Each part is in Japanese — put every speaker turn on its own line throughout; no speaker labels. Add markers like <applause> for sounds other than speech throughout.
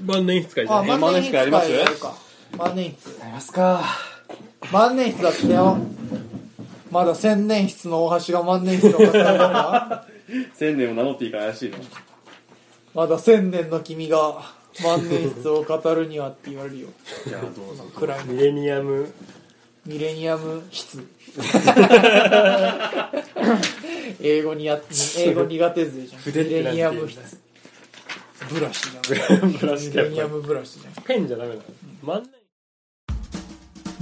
万年筆会じゃ
あ、
ない
万年筆
あります
やるか万年筆
ありますか
万年筆だってよまだ千年筆の大橋が万年筆の方が
千年を名乗っていいから怪しいの
まだ千年の君が万年筆を語るにはって言われるよ
いやどうぞ
暗い
ミレニアム
ミレニアム筆英語にや英語苦手勢じゃん
筆っ
ミ
て
レ
なんて
ニ
言
ア
うんだよ
ム筆
<laughs>
ブラシじゃん
ブラシ
ミ
でや
レ
っぱ
ニアムブラシじゃん
ペンじゃダメなの万年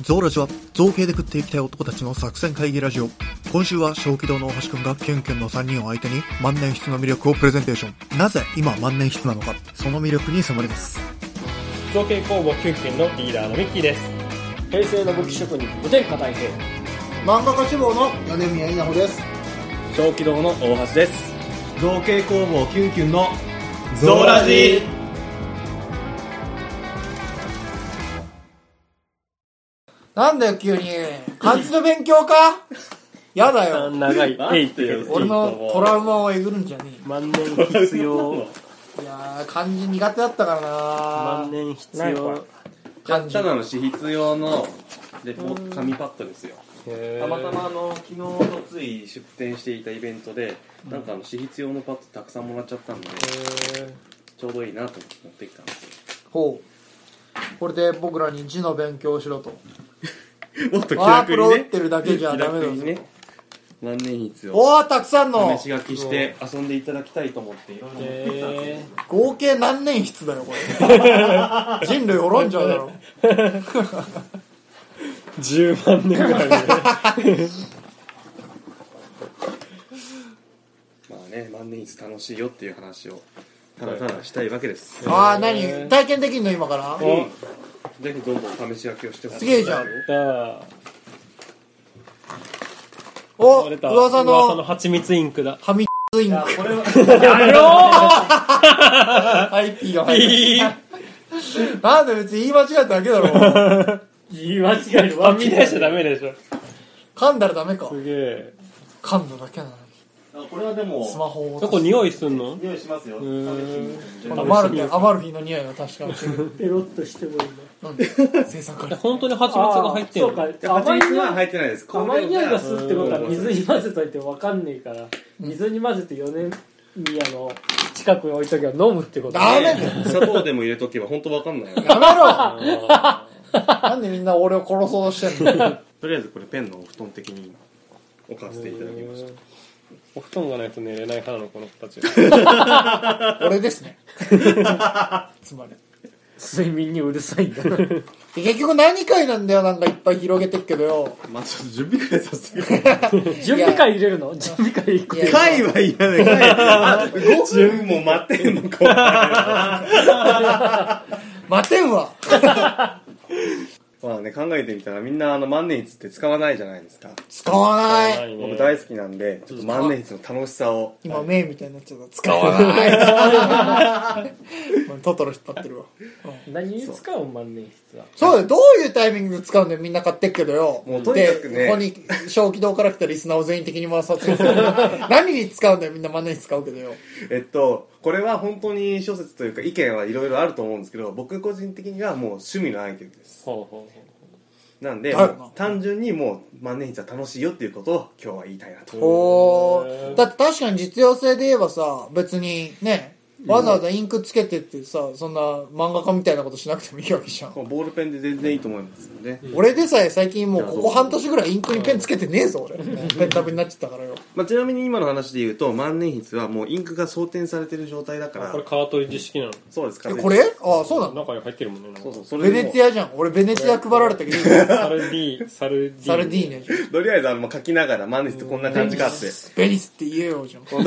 ゾウラジは造形で食っていきたい男たちの作戦会議ラジオ今週は小気道の大橋くんがキュンキュンの3人を相手に万年筆の魅力をプレゼンテーションなぜ今万年筆なのかその魅力に迫ります
造形工房キュンキュンのリーダーのミッキーです
平成の武器職人五天下太平
漫画家志望の米宮稲穂です
小気道の大橋です
造形工房キュンキュンの
ゾーラジ
なんだよ急に漢字の勉
<laughs>
強かやだ
あ
よ
長い
なんて
A っていう
俺のトラウマをえぐるんじゃね
万年必要
え
<laughs>
よいやー漢字苦手だったからな
万年必
ない
要
わ
漢字
ただの私筆用のレポ紙パッドですよ
へ
たまたまあの昨日のつい出店していたイベントでなんかあの私筆用のパッドたくさんもらっちゃったんでちょうどいいなと思って持ってきたんです
ほうこれで僕らに字の勉強をしろと
よもっと
ワープロ打ってるだけじゃダメだぞ
気楽にね万年筆を
おおたくさんの
試し書きして遊んでいただきたいと思っていろんなもの作ったんですよ
え
合計何年筆だよ
<laughs>
これ人類滅んじゃうだろ
10万年ぐらい
まあね万年筆楽しいよっていう話をただただしたいわけです
ああ何体験できんの今から
うんぜひどんどん試し書きをしてほしい
すげえじゃん
だ
お
取れた
噂
噂の
の
蜂蜜インクだ
はみつイン
<laughs>
クはい P が入るなんで別に言い間違えただけ
<laughs>
だろ
言い間違いはみ出しちゃダメでしょ
噛んだらダメか
すげえ
噛んだだけなのに
これはでも
スマホを
どこ匂いすんの
匂いしますよ
ん
アマルフィアマルフィの匂いが確かにして
<laughs>
る
ペロッとしてもいいな
なんで制作から
本当に蜂蜜が入ってん
そう
の
か
甘
甘
い
い
蜜
匂い
は入ってないです
甘い匂いがするってことは
うん
水に混ぜといて分かんねえから水に混ぜて4年宮の近くに置いとけば飲むってこと
ダメだよ
砂糖でも入れとけば本当わかんないよね
やめろなんでみんな俺を殺そうとしてんの
とりあえずこれペンのお布団的に置かせていただきました
お布団がないと寝れない派なのこの子たち
俺です
<laughs>
ねつまり
睡眠にうるさいん <laughs> だ
で結局何回なんだよなんかいっぱい広げてっけどよ
<laughs> まあちょっと準備会させてくださ
準備会入れるの準備会1個
いや
い会は嫌だ会あと5分も待ってんのか
待てんわ
まあね考えてみたらみんなあの万年筆って使わないじゃないですか
使わない
僕大好きなんでちょっと万年筆の楽しさを
今目みたいになっちゃった使わない <laughs> トトロ引っ張ってるわ
何に使う万年筆は
そうだよどういうタイミングで使うんだよみんな買ってっけどよ
もうとにかくね
でここに小気道から来たリスナーを全員的に回さって
<laughs>
ます何に使うんだよみんな真似に使うけどよ
えっとこれは本当に諸説というか意見はいろいろあると思うんですけど僕個人的にはもう趣味のアイテムです
ほうほうほ
なんで
はい
もう単純にもう万年筆は楽しいよっていうことを今日は言いたいなと
おーだって確かに実用性で言えばさ別にねわざわざインクつけてってさそんな漫画家みたいなことしなくてもいいわけじゃん
ボールペンで全然いいと思いますので、
俺でさえ最近もうここ半年ぐらいインクにペンつけてねえぞ俺ペンタブになっちゃったからよ
まあ、ちなみに今の話で言うと万年筆はもうインクが装填されてる状態だか
う
ら
これ川取り式なの
そうですか
え
ら
これああそうなの
中に入ってるもんねなんか
そうそうそれ
ベ
で
ネ
も
ツィアじゃん俺ベネツィア配られたけど
サルディサルディ
サルディーネじゃん
とりあえずあの書きながら万年筆ってこんな感じかって
ベニスって言えよじゃん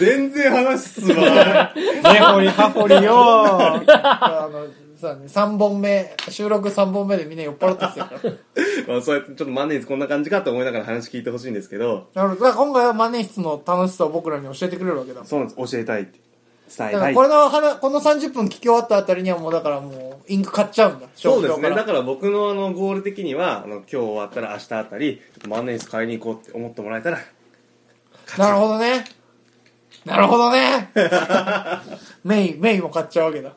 全然話すわ
<laughs> 根掘り葉掘りよ
あのさね3本目収録3本目でみんな酔っ払ってきてるから
<laughs> まあそうやってちょっと万年筆こんな感じかって思いながら話聞いてほしいんですけど
なるほどだから今回は万年筆の楽しさを僕らに教えてくれるわけだ
そうなんです教えたいって伝え
だか
た
ら
い
これの話この30分聞き終わったあたりにはもうだからもうインク買っちゃうんだ
そう
消
ですね
費
だ
量
から僕のあのゴール的にはあの今日終わったら明日あたりちょっと万年筆買いに行こうって思ってもら
<laughs>
えたら
らなるほどねなるほどねメイメイも買っちゃうわけだ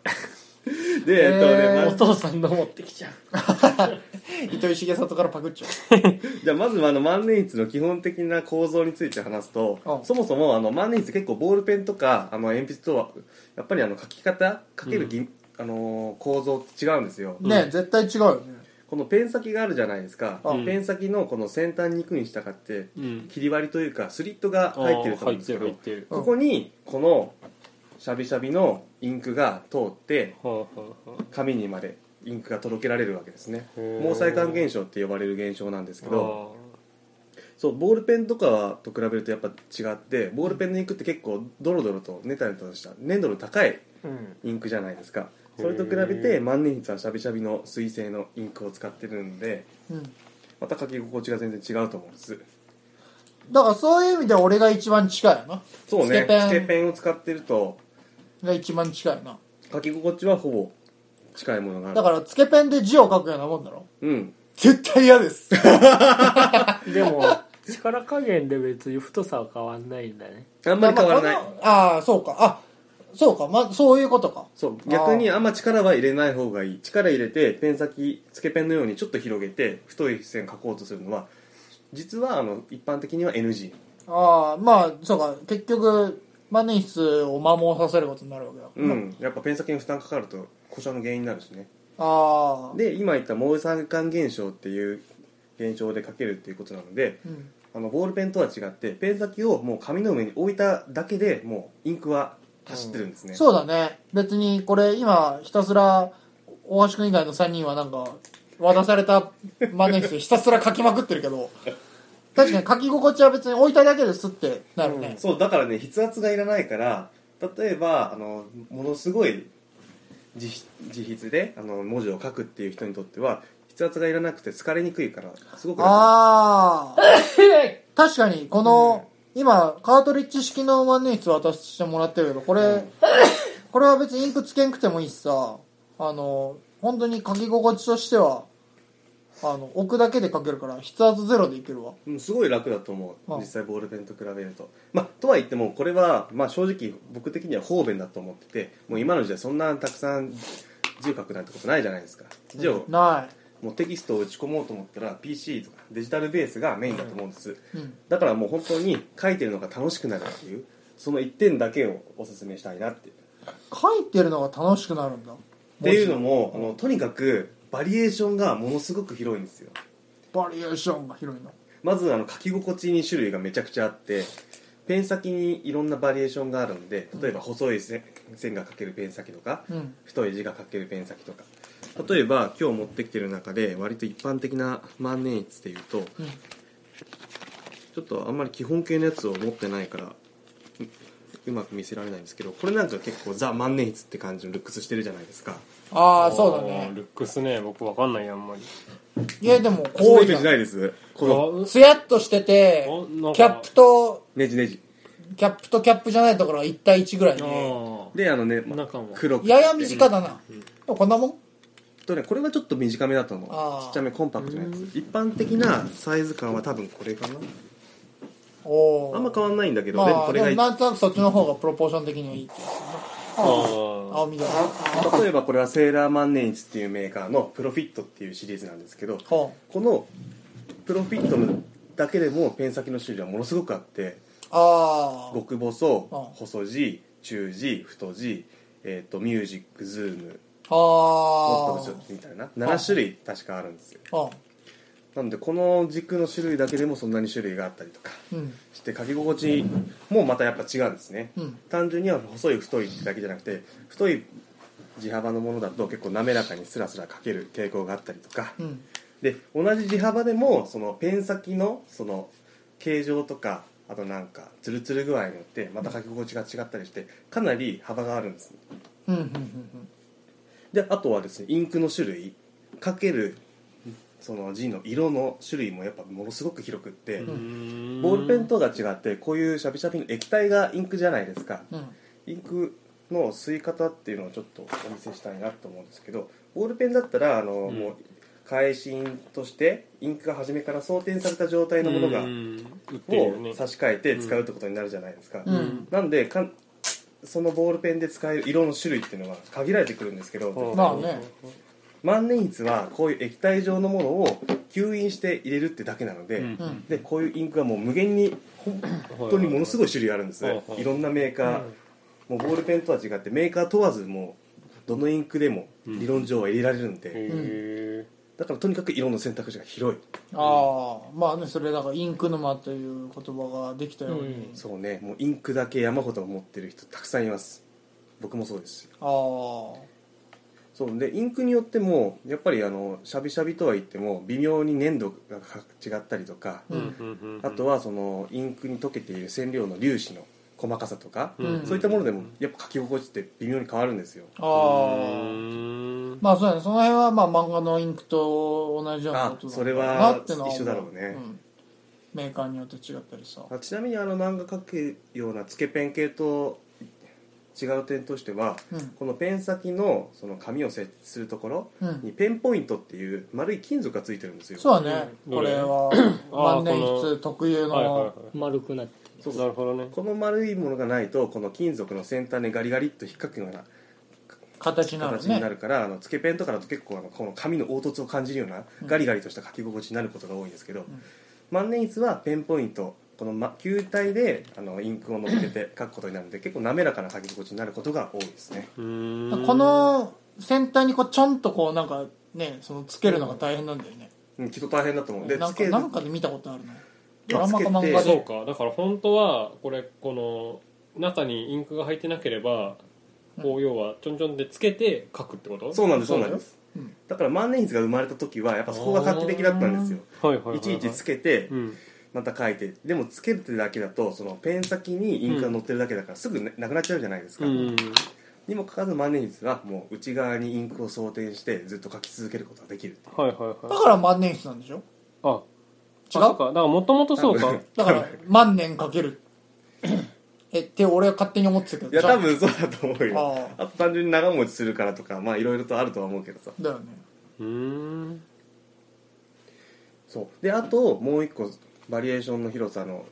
で、えっとね、ま
お
ず
父さんの持ってきちゃう
糸井重里からパクっちゃう。
じゃあまずあの万年筆の基本的な構造について話すと、
うん
そもそもあの万年筆結構ボールペンとかあの鉛筆とはやっぱりあの書き方かけるぎ、あのー構造違うんですよ、
ね、絶対違うよね。
このペン先があるじゃないですか、
うん
ペン先のこの先端に行くに従って
うん
切り割りというかスリットが入ってると思うんですけど
入ってる
うん
ここにこのシャビシャビのインクが通って
入ってるはあはあはあ
紙にまでインクがとろけられるわけですね
へー
毛細管現象って呼ばれる現象なんですけど、
あー
そうボールペンとかと比べるとやっぱ違ってボールペンのインクって結構ドロドロとネタネタとした粘度の高いインクじゃないですかそれと比べて万年筆はしゃびしゃびの水性のインクを使ってるんで
うん。
また書き心地が全然違うと思うんです
だからそういう意味では俺が一番近いよな。
そう
つけ
ね
ペン
つけペンを使ってると
が一番近いよな。
書き心地はほぼ近いものがある
だから、つけペンで字を書くようなもんだろ
うん
絶対嫌
<laughs>
です。
でも力加減で別に太さは変わんないんだね
あんまり変わらない
まあこのああ、そうか。あ、そうか。まあ、そういうことか。
そう
あー
逆にあんま力は入れない方がいい力入れてペン先つけペンのようにちょっと広げて太い線書こうとするのは実はあの一般的には NG
ああ、まあ、そうか。結局、万年筆を摩耗させることになるわけだから
う
な。
ん、やっぱペン先に負担かかると故障の原因になるしね
ああ。
で今言った毛細管現象っていう現象で書けるっていうことなので
うん。
あのボールペンとは違ってペン先をもう紙の上に置いただけでもうインクは走ってるんですね、
そうだね。別に、これ今、ひたすら、大橋くん以外の3人はなんか、渡された万年筆ひたすら書きまくってるけど、確かに書き心地は別に置いただけですってなるね。
そうだからね筆圧がいらないから例えばあのものすごい自筆自筆であの文字を書くっていう人にとっては筆圧がいらなくて疲れにくいからすごく楽
ああ。確かに、この、今、カートリッジ式の万年筆渡してもらってるけど、これ、これは別にインクつけんくてもいいしさ、あの、本当に書き心地としては、あの、置くだけで書けるから、筆圧ゼロでいけるわ。
うんすごい楽だと思う
あ
実際ボールペンと比べるとまあとは言ってもこれは、まあ、正直僕的には方便だと思っててもう今の時代そんなたくさん字を書くなんてことないじゃないですか字を
な
もうテキストを打ち込もうと思ったら PC とかデジタルベースがメインだと思うんです
い。うん。
だからもう本当に書いてるのが楽しくなるっていうその一点だけをおすすめしたいなって
書いてるのが楽しくなるんだ。
っていうのもあのとにかくバリエーションがものすごく広いんですよ
バリエーションが広いの。
まずあの書き心地に種類がめちゃくちゃあってペン先にいろんなバリエーションがあるんで例えば細い線線が書けるペン先とか、
うん。
太い字が書けるペン先とか例えば今日持ってきてる中で割と一般的な万年筆でいうと、ちょっとあんまり基本形のやつを持ってないからううまく見せられないんですけどこれなんか結構ザ万年筆って感じのルックスしてるじゃないですか
ああ、そうだね。
ルックスね僕わかんないあんまり
いや、でも、こ
こ
う
うじ
じ
ゃ
ゃ
ないですこの
あ
つやっとしてて
おなん、か
キャップと、
ネジネジ
キャップとキャップじゃないところが1対1ぐらいで、
あ
であのね、ま
中も
黒く
やや短だな。でもこんなもん
とねこれはちょっと短めだと思う
あー
ちっちゃめコンパクトなやつ一般的なサイズ感は多分これかな
おー
あんま変わんないんだけど、
ま
でも
あ、
こ
で
れが
も
いい
なんとなくそっちの方がプロポーション的にはいいっていう
あ
青みだね。
例えばこれはセーラー万年筆っていうメーカーのプロフィットっていうシリーズなんですけどこ
ほう
のプロフィットのだけでもペン先の種類はものすごくあって
ああ。
極細
あ
細字中字太字えっ、とミュージックズーム
あ
もっとみたいな7種類確かあるんですよ
あ。
なのでこの軸の種類だけでもそんなに種類があったりとか
うん。
して書き心地もまたやっぱ違うんですね、
うん
単純には細い太いだけじゃなくて太い字幅のものだと結構滑らかにスラスラ書ける傾向があったりとか、
うん。
で同じ字幅でもそのペン先のその形状とかあとなんかツルツル具合によってまた書き心地が違ったりしてかなり幅があるんです
うん。うん。うん。
であとはですねインクの種類書けるその字の色の種類もやっぱものすごく広くって、ボールペンとが違ってこういうシャビシャビの液体がインクじゃないですか、
うん。うん
インクの吸い方っていうのをちょっとお見せしたいなと思うんですけどボールペンだったらあの、もう返し印としてインクが初めから装填された状態のものが
打ってるよね
を差し替えて使うってことになるじゃないですか、
うん
なんでかんそのボールペンで使える色の種類っていうのが限られてくるんですけど
まあね
万年筆はこういう液体状のものを吸引して入れるってだけなので、
うん
ん
でこういうインクはもう無限に本当にものすごい種類あるんです
はいは
ね
いはい
いろんなメーカー、もうボールペンとは違ってメーカー問わずもうどのインクでも理論上は入れられるんで、
へ
だからとにかく色の選択肢が広い
ああまあねそれだからインク沼という言葉ができたように、
うん
そうねもうインクだけ山ほど持ってる人たくさんいます僕もそうですし
ああ
そうでインクによってもやっぱりあのシャビシャビとは言っても微妙に粘度が違ったりとか、
う
うんん
あとはそのインクに溶けている染料の粒子の細かさとか、
うん
そういったものでもやっぱ書き心地って微妙に変わるんですよ
あ
う
あ
ん
まあそうだねその辺はまあ漫画のインクと同じようなことだ
あそれは
なってのは思
一緒だろうね
んメーカーによって違ったりさ
あちなみにあの漫画描くようなつけペン系と違う点としては
うん
このペン先のその紙を設置するところ
うん
にペンポイントっていう丸い金属がついてるんですよ
そうだね、
うん
これは
あー
万年筆特有
はいはいは
の
丸くなって
そう
い
そ
な
う
るほどね
この丸いものがないとこの金属の先端にガリガリっと引っかくような
形になる
形にな
ね
るから、あのつけペンとかだと結構あのこの紙の凹凸を感じるようなガリガリとした書き心地になることが多いんですけど、万年筆はペンポイントこのま球体であのインクを乗っけて書くことになるので結構滑らかな書き心地になることが多いですね
うーん
この先端にこうちょんとこうなんかねそのつけるのが大変なんだよね、
うんきっと大変だと思うで
なん
つ
か
け
なんかで見たことあるの
で
ドラマか
つけ
漫
て
画
そ
で
うかだから本当はこれこの中にインクが入ってなければこう要はちょんちょんでつけて書くってこと
そうなんですそう
だ
なん
よ
です、
うん
だから万年筆が生まれた時はやっぱそこが画期的だったんですよ
はいはいはいはい
ちいちつけて
うん
また書いてでもつけるってだけだとそのペン先にインクが乗ってるだけだからすぐねなくなっちゃうじゃないですか、
うん
にもかかわらず万年筆はもう内側にインクを装填してずっと書き続けることができるっていう
はいはい
だ
はい
から万年筆なんでしょ
あ
違う
あそうかだからもともとそう
多
か
分 <laughs>
だから万年かけるえって俺は勝手に思ってたけど
いや
じゃあ
多分そうだと思うよ
あ
あと単純に長持ちするからとかまあいろいろとあるとは思うけどさ
だよね
うーん
そうであともう一個バリエーションの広さの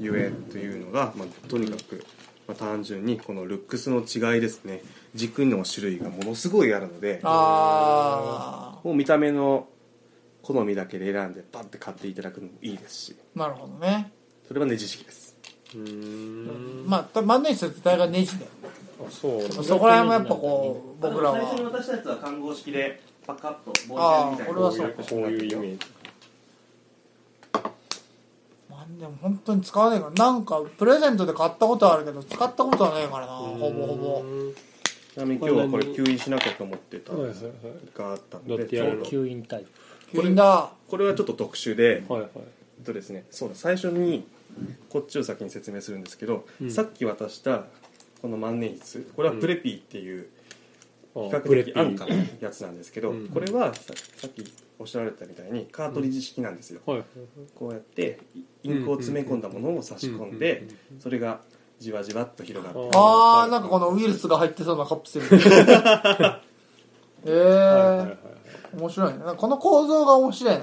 ゆえというのが、まあ、とにかく、まあ、単純にこのルックスの違いですね軸の種類がものすごいあるので
あ
もう見た目の好みだけで選んでパッて買っていただくのもいいですし
あなるほどね
それはね知識です
うーん
まあた万年筆って大概ネジだよ
あそうなんだ
そこら辺もやっぱこう僕らは
渡したやつは看護式でパカッとボ
ールペンみたいなあーこれはそう
こういうイメージ
まあでも本当に使わないからなんかプレゼントで買ったことはあるけど使ったことはないからなほぼほぼ
ちなみに今日はこれ吸引しなきゃと思ってた
はい
の
はいはい
があった
だ
の
っ
で
て
ち
や
ょ
る
うど
吸引タイプ
キリンだ
これはちょっと特殊で
はいはい
えっとですねそうだ最初にこっちを先に説明するんですけど、
うん
さっき渡したこの万年筆これはプレピーっていう
あ
比
ブレピ
較的
ー
安価なやつなんですけど、
うん
これはささっきおっしゃられたみたいにカートリッジ式なんですよ、
はいはい
こうやってインクを詰め込んだものを差し込んで、
うんうん
それがじわじわっと広がって、
あ
あーなんかこのウイルスが入ってそうなカプセルえ
はいはいは
ー
い
面白いねなんかこの構造が面白い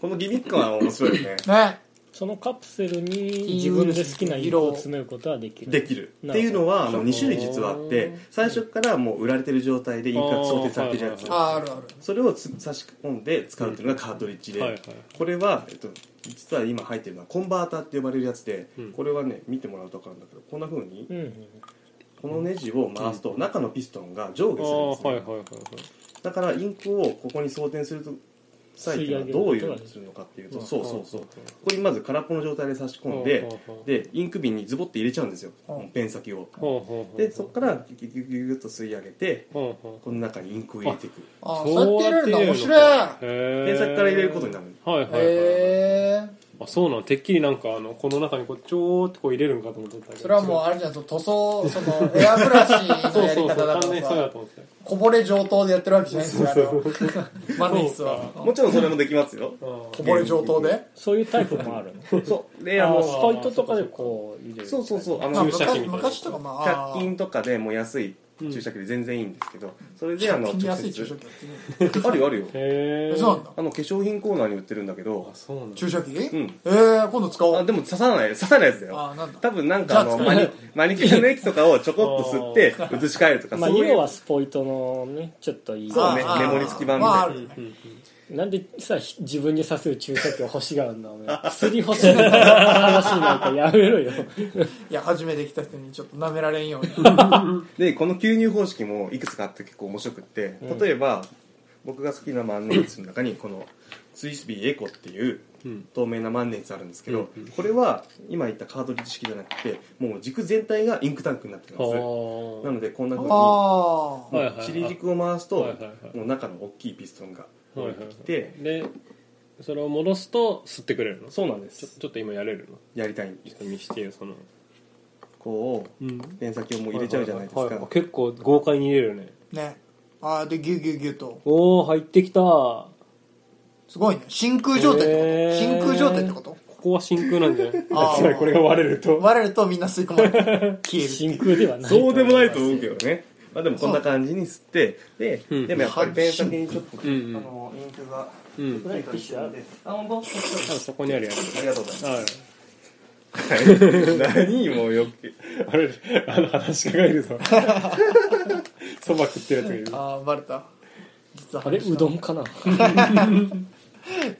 このギミックは面白いよね
なね
そのカプセルに自分で好きな色を詰めることはできる
できるっ
な
ていうのはあ
ほど
の2種類実はあって最初からもう売られてる状態でインクが想定されてるや
あ
つ
ー
あーあるある
それをつ差し込んで使うっていうのがカートリッジで、
はいはい
これは、えっと、実は今入ってるのはコンバーターって呼ばれるやつで、
うん
これはね見てもらうと分かるんだけどこんな風に
うん
このネジを回すと中のピストンが
あ
上下するんで
ー
す
はい
ね、
はいはいはい
だからインクをここに装填する際っていうのはどういうふうにするのかっていうとそうそうそうここにまず空っぽの状態で差し込んで
ほうほうほう
でインク瓶にズボッて入れちゃうんですよ
うん
ペン先を
ほうほうほう
でそこからギュギュギュギュッと吸い上げて
ほうほう
この中にインクを入れていく
あーそうやって入れるんだ面白い
い
ペン先から入れることにな
る
る
はいはいはい
へえ
あそうなのてっきりなんかあのこの中にこうちょーってこう入れるんかと思ってたけど
それはもうあれじゃんその塗装そのエアブラシ
そ
の
う
や
そ
り
うそ
方
う
だ
完
か
<laughs>
全に
ら
そうだ
さ
と思って
こぼれ上等でやってるわけじゃないんですよあのマネスは
もちろんそれもできますよ
たあ
こぼれ上等で
そういうタイプもあるの
そうであ
あの
の
スパイトとかでこう入れる
そうそうそうあ
まあ
の
注射器みたい
昔
な
昔とかまああ
100均とかでもう安い注射器で全然いいんですけど、それであの
切り
直
やすい注射
接
器やってね
あるよあるよ
へえ
えそうなんだ
あの化粧品コーナーに売ってるんだけど
そうなんだ
注射器え
ん
えー今度使お
あ
う
でも刺さない刺さないやつだよ
あーなんだ
多分なんかあの
じゃあ
マニマニキュアの液とかをちょこっと吸って移し替えるとか
まあ
そういう
要はスポイトのねちょっといい
そうね
あー
メモリ付き版み
ま
たいな
ああるね
なんでさひ自分に刺す注射器を欲しがるんだお前薬欲しい話なんかやめ
<laughs>
ろよ
いや初めて来た人にちょっと舐められんように
<laughs> でこの吸入方式もいくつかあって結構面白くって例えば、僕が好きな万年筆の中にこのツイスビーエコっていう
うん
透明な万年筆あるんですけど、これは今言ったカートリッジ式じゃなくてもう軸全体がインクタンクになってま
あ
す
ー
なのでこんな風にも
あ
はいはいは
う
い
シリ軸を回すと、
はいはいはい
もう中の大きいピストンが
はい
降
は
り
いは
て
い
きて、
でそれを戻すと吸ってくれるの
そうなんで
ちょ
す
ちょっと今やれるの
やりたいんで
ちょ
す
っと見してよその
こう
うん
ペン先をもう入れちゃうじゃないですか、
ははは結構豪快に入れるね
あねあーでギュギュギュと
おお入ってきたこ
すごいね真空状態ってこと
へー
真空状態ってこと
ここは真空なんじゃない
あ
<laughs>
ー
つまりこれが割れると
割れるとみんな吸い込まれて
<laughs>
消える
真空ではない
そうでもないと思うけどね、まあ、でもこんな感じに吸ってで
うん
でもやっぱりペン先にちょっと、
うんうん
のインクが
うん多
何か一緒なんであ本当
分そこにあるやつ
ありがとうございます
ある
何もうよく
あれあの話しかがいるぞそば食ってるやつがいる
ああバレた実は
あれうどんかな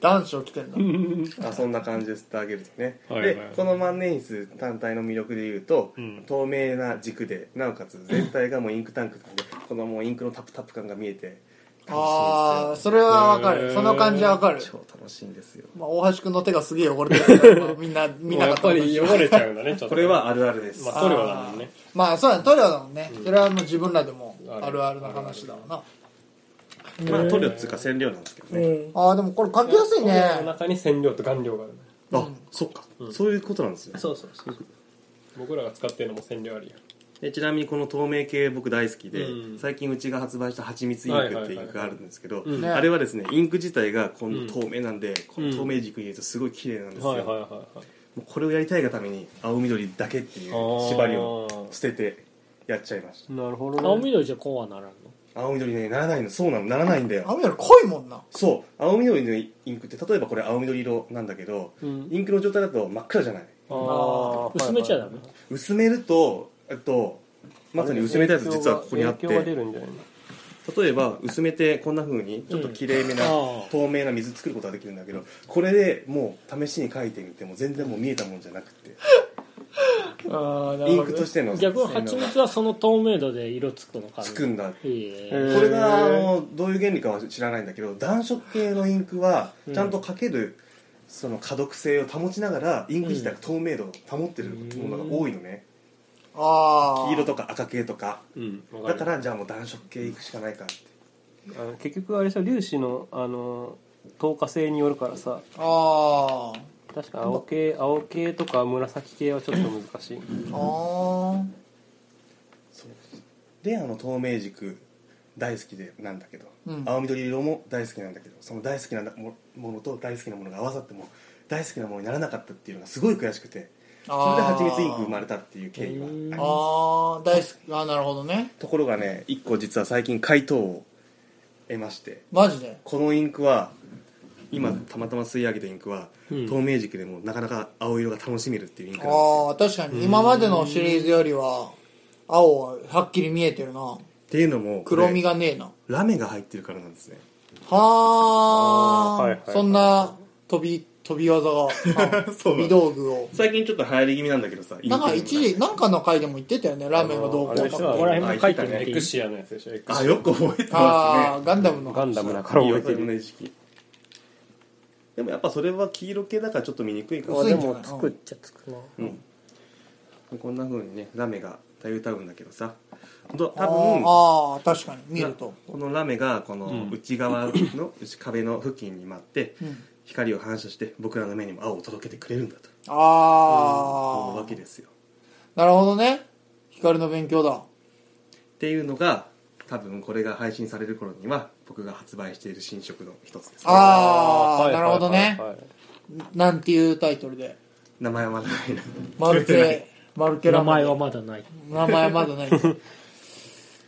男子を着てんだ
あそんな感じで吸ってあげるとね、
はいはい
でこの万年筆単体の魅力で言うと、
ん
透明な軸でなおかつ全体がもうインクタンクなんでこのもうインクのタプタプ感が見えて
ああそれはわか
へ
る
ー
その感じはわかる、
超楽しいんですよ
まあ、大橋君の手がすげえ汚れてるからみんな
<laughs> も
見
う
なか
や
っ
ったぱり汚れちゃうんだねちょっと
これはあるあるです、
まあ塗料だもんね
<laughs> まあそうだね塗料だもんね、それはもう自分らでもあるあるな話だわな
まあ塗料っつうか染料なんですけどね、
ああでもこれ書きやすい
の
ね
中に染料と顔料があるね
あそっか、そういうことなんですね
そうそうそう僕らが使ってるのも染料あるよ
でちなみにこの透明系僕大好きで、
うん
最近うちが発売した蜂蜜インクっていうインクがあるんですけ
い
ど、
はいはい
うん
あれはですねインク自体がこの
ん
透明なんで、この透明軸に入れるとすごい綺麗なんですよ、
はいはいはいはい
もうこれをやりたいがために青緑だけっていう
あー
縛りを捨ててやっちゃいまし
なるほ
青
どね
緑じゃこうはならんの
た青緑ねならないのそうなのならないんだよ
青緑濃いもんな
そう青緑のインクって例えばこれ青緑色なんだけど、
ん
インクの状態だと真っ暗じゃない
あー
薄めちゃダメ
薄めるとえっとまさに薄めたやつ実はここにあって
影響が出るんじゃないの
例えば薄めてこんな風にちょっときれいめな
うんああ
透明な水作ることができるんだけどこれでもう試しに書いてみても全然もう見えたもんじゃなくて
あ
インクとしての
逆に蜂蜜はその透明度で色つくのかな
つくんだ
へえ
これがあのどういう原理かは知らないんだけど暖色系のインクはちゃんと書けるその可読性を保ちながらインク自体が透明度を保ってるものが多いのね
あー
黄色とか赤系とか
うんわ
だ
る
からじゃあもう暖色系いくしかないかって
あの結局あれでしょ粒子のあの透過性によるからさ
あー
確か青系青系とか紫系はちょっと難しい
あー
であの透明軸大好きでなんだけど、
うん
青緑色も大好きなんだけどその大好きなもものと大好きなものが合わさっても大好きなものにならなかったっていうのがすごい悔しくてそれで
あー
蜂蜜インク生まれたっていう経緯はあり
あ
ま
ー大
す
好きあーなるほどね
ところがね一個実は最近回答を得まして
マジで
このインクは今たまたま吸い上げたインクは、透明軸でもなかなか青色が楽しめるっていうインクなんですよ
ああ確かに今までのシリーズよりは青ははっきり見えてるな
っていうのもこれ
黒みがねえな
ラメが入ってるからなんですね
はあ、
あーはいはいはい
そんな飛び飛び技があ飛び道具を
最近ちょっと流行り気味なんだけどさインク
なんか
にも
一時なんかの回でも言ってたよねラーメンがどうこうと
あ
か
の
ここら辺も書いてみ
あ
て
エ
いい
クシアのやつでしょエク
あ
シ
よく覚えて
あ
ま
あガンダムの
アガンダムだ
すね
から覚えて
黄
る
色い時期でもやっぱそれは黄色系だからちょっと見にくいか
薄い
も
んじ
で
ゃない
もつくっちゃつくな
こんな風にねラメが大歌うんだけどさど
あ
多分
あー確かに見ると
このラメがこの内側の <laughs> 内壁の付近に舞って
ん
光を反射して僕らの目にも青を届けてくれるんだと
あ
思うわ
あ
けですよ
なるほどね光の勉強だ
っていうのが多分これが配信される頃には僕が発売している新色の一つです
ああ
はい
な
はいは
る
い
ほどね
はい
なんていうタイトルで
名前はまだないな
マルケマルケラ
名
ーメ
前
ン <laughs>
はまだない
名前はまだない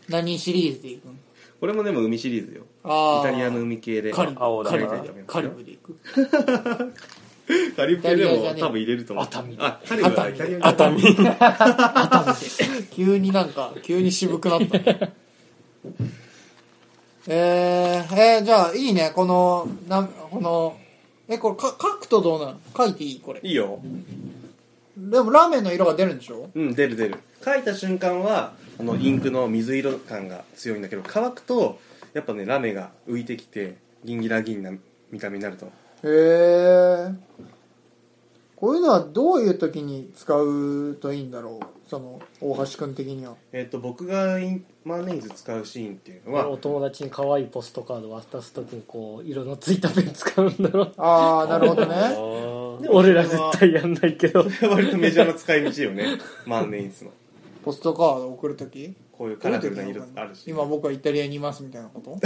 何シリーズでいくん
これもでも海シリーズよ
あ
イ
ー
タリアの海系で
カリブ
青だ
カ
な
リブカリブで行く
カリブ系で
イタリアじゃ
も
ねえ
多分入れると思う
熱海
あカリブはイタリア
熱海
急になんか急に渋くなったねえー、えー、じゃあいいねこのなんこのえこれか書くとどうなの書いていいこれ
いいよ
でもラーメンの色が出るんでしょ
うん出る出る書いた瞬間はあのインクの水色感が強いんだけど乾くとやっぱねラメが浮いてきてギンギラギンな見た目になると
へえこういうのはどういう時に使うといいんだろうその大橋君的には
えっ、と僕がインマーネイズ使うシーンっていうの
お
は
友達に可愛いポストカード渡す時にこう色のついたペン使うんだろう
ああなるほどね
俺ら絶対やんないけど
割とメジャーな使い道よ
<laughs>
ねマーネイズの
ポストカード送る時
こういうカラフルな色あるし
今僕はイタリアにいますみたいなこと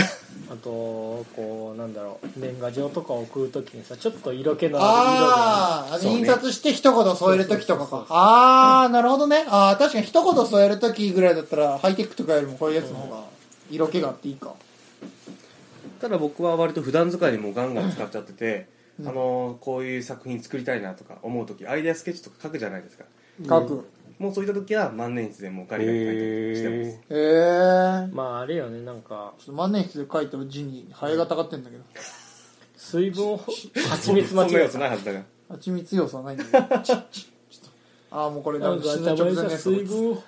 あとこうなんだろう年賀状とか送るときにさちょっと色気の
あ
あ
ーあの
そうね
印刷して一言添える時とか
そうそ
か
う
ああなるほどねああ確かに一言添える時ぐらいだったらハイテクとかよりもこういうやつの方が色気があっていいか
ただ僕は割と普段使いにもガンガン使っちゃってて、
うん
あのこういう作品作りたいなとか思う時アイデアスケッチとか書くじゃないですか
書く
もうそういった時は万年筆でもうガリガリ書いたりしてます
へえ
色だなまああれよねなんか
ちょっと万年筆で書いた字にハエがたかってんだけど
水分を蜂
そ
蜜間
んな
違え
要素
た
ないはずだが
蜂蜜要素はないんだけどちっちっちっああもうこれ多
なん
分
か
死ぬ直前
頭
の
に
やつだ
さ
こ
水
いつ
分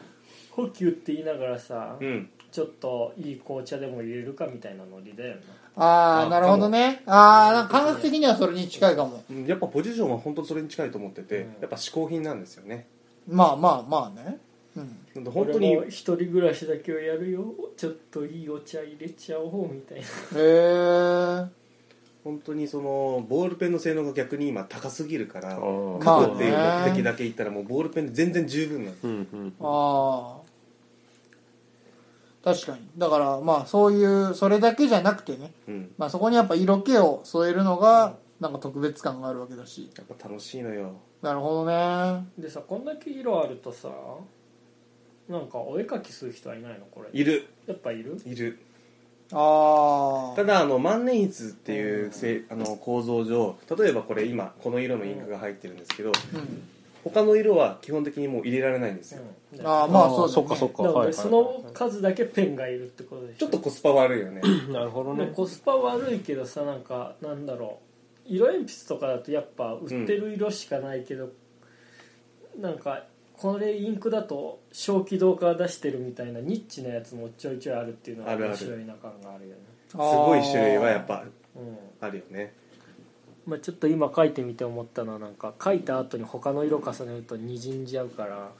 補給って言いながらさ、
うん
ちょっといい紅茶でも入れるかみたいなノリだよね
ああ
あ
なるほどねああなんか感覚的にはそれに近いかも
うんやっぱポジションは本当それに近いと思ってて、やっぱ嗜好品なんですよね
まあまあまあねうん
なんで本
俺
当に
も一人暮らしだけをやるよちょっといいお茶入れちゃおうみたいな
へえ
本当にそのボールペンの性能が逆に今高すぎるから書
あ
まあ
くっていう目的
ね
だけ言ったらもうボールペンで全然十分なんです
うんうん
ああ確かにだからまあそういうそれだけじゃなくてね、
うん
まあ、そこにやっぱ色気を添えるのがなんか特別感があるわけだし
やっぱ楽しいのよ
なるほどね
でさこんだけ色あるとさなんかお絵描きする人はいないのこれ
いる
やっぱいる
いる
あ
ただあの万年筆っていうせいあの構造上例えばこれ今この色のインクが入ってるんですけど
あ、うん、
他の色は基本的にもう入れられないんですよ
うん
ああま
ー
あそうだ、ね、
そっかそっか
なの
はいはい
でその数だけペンがいるってことでし
ちょ
ょ
っとコスパ悪いよね
なるほど
でも
ね
コスパ悪いけどさなんかなんだろう色鉛筆とかだとやっぱ売ってる色しかないけど、なんかこれインクだと小気動から出してるみたいなニッチなやつもちょいちょいあるっていうのは
あるある
面白いな感があるよね
す
すごい種類はやっぱ
うん
あるよね
まあ、ちょっと今書いてみて思ったのはなんか書いた後に他の色重ねるとにじんじゃうから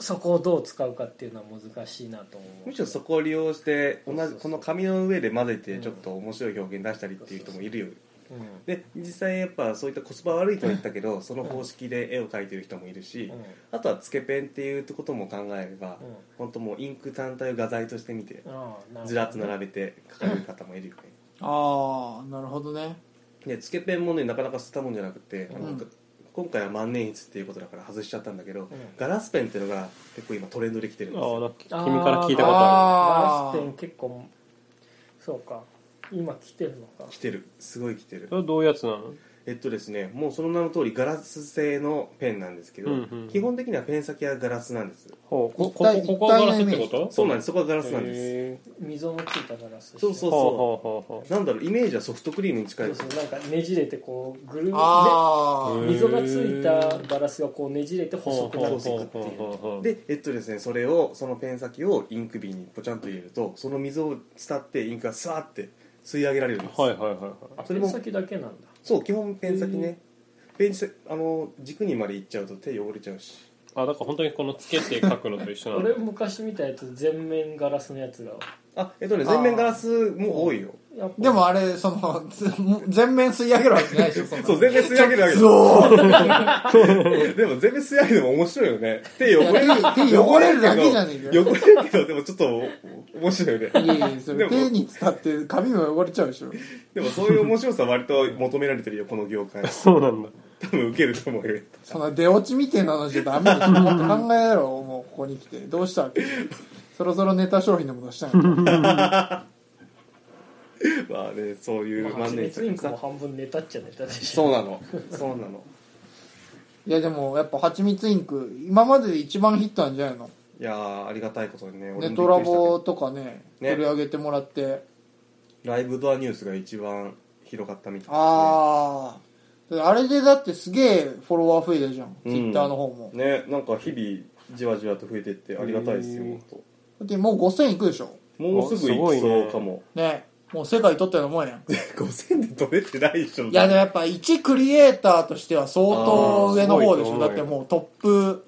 そこをどう使うかっていうのは難しいなと思う
むしろそこを利用して同じこの紙の上で混ぜて
うん
ちょっと面白い表現出したりっていう人もいるよ
うん
で実際やっぱそういったコスパ悪いとは言ったけどその方式で絵を描いてる人もいるし
うん
あとはつけペンっていうことも考えれば
うん
本当もうインク単体を画材として見て
ああなるほどね
ずらっと並べて描かれる方もいるよね
ああなるほどね
でつけペンもねなかなか吸ったもんじゃなくて、あ
う
の
ん
今回は万年筆っていうことだから外しちゃったんだけど、
ん
ガラスペンっていうのが結構今トレンドできてるんです
ああ
よ
なんか君から聞いたことあ
あ
ガラスペン結構そうか今来てるのか
来てるすごい来てる
るそれはどういうやつなの
えっとですねもうその名の通りガラス製のペンなんですけど、
うんうん
基本的にはペン先はガラスなんです
ほうこここ
一体
ここはガラスってこと
そうなん
ん
ですそこはガラスなんです
溝のついたガラス
そうそ
ほうほ
うそ
うほうほ
うなんだろうイメージはソフトクリームに近い
そうそうなんかねじれてこうぐ
ー
るね
あー
ー
溝がついたガラスがこうねじれて
うほ
細
う
く
ほ
な
う
ってい
ほ
く
う
って
ほ
いうう
ほう
でえっとですねそれをそのペン先をインク瓶にポチャンと入れるとその水を伝ってインクがスワーって吸い上げられるんです、
はいはいはいはい
あ
そ
ペ
れ
ン
も
先だけなんだ
そう基本ペン先ねペン先あの軸にまで行っちゃうと手汚れちゃうし
あだから本当にこのつけて書くのと一緒なの
俺昔みたいなやつ全面ガラスのやつが
あえっとね全面ガラスも多いよ
やっぱ
でもあれそのつ全面吸い上げるわけじゃないでしょそんな
<laughs> そう全面吸い上げるわけ
ゾー
でも全面吸い上げるのも面白いよ <laughs> ね手汚れる
いや手手汚れるだけじゃねえかよ
汚れるけどでもちょっと面白いよ
い
ね
やいやそれ
でも
手に伝って髪も汚れちゃうでしょ
でもそういう面白さ割と求められてるよこの業
<laughs>
界
そうなんだ
多分受けると思うよ
その出落ちみてえなのじゃダメだよもっと考え <laughs> ろもうここに来てどうしたわけそろそろネタ商品でも出したいのか
はねそういう
まあ、
万年
別イ
筆
ン
が
クも
さ
半分ネタっちゃネタでしょ
そう
<laughs>
なのそうなの
いやでもやっぱ蜂蜜インク今までで一番ヒットなんじゃないの
いやーありがたいことにね俺もびっく
ネ
り
トラ
したけ
ボ
ど
とかね
ね
取り上げてもらって
ライブドアニュースが一番広がったみたいですね
あああれでだってすげえフォロワー増えたじゃん、
うん
ツイッターの方も
ねなんか日々じわじわと増えてってありがたいですよ
へー
本当
だってもう5000いくでしょ
もうすぐ行きそうかも、
ねもう世界取ったようなもんやんい
5000で取れてないでしょ
やでもやっぱ一クリエイターとしては相当上の方
あーすごいと
でしょ
思うよ
だってもうトップ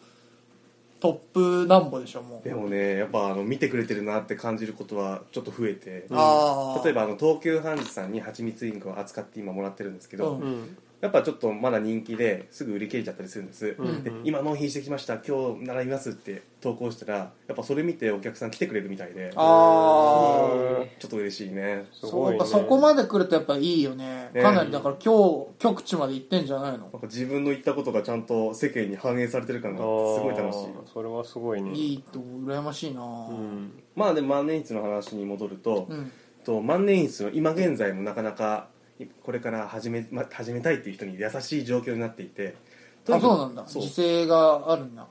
トップなんぼでしょもう
でもねやっぱあの見てくれてるなって感じることはちょっと増えて
あー
例えばあの東急ハンズさんに蜂蜜インクを扱って今もらってるんですけど、
うん
うん
やっぱちょっとまだ人気ですぐ売り切れちゃったりするんです、
うん
で今納品してきました今日習いますって投稿したらやっぱそれ見てお客さん来てくれるみたいで
ああ
ちょっと嬉しいね
す
そ
ご
う
い
やっ
ね
ぱそこまで来るとやっぱいいよね
ね
かなりだから今日極地まで行ってんじゃないの
なんか自分の言ったことがちゃんと世間に反映されてる感
あ
があって
ー
すごい楽しい
それはすごいね
いいと羨ましいな
う
うん
まあで万年筆の話に戻ると、
ん
と万年筆の今現在もなかなかこれから始め,、ま、始めたいっていう人に優しい状況になっていてと
あ
にかく
そうなんだ
そう
時勢があるんだ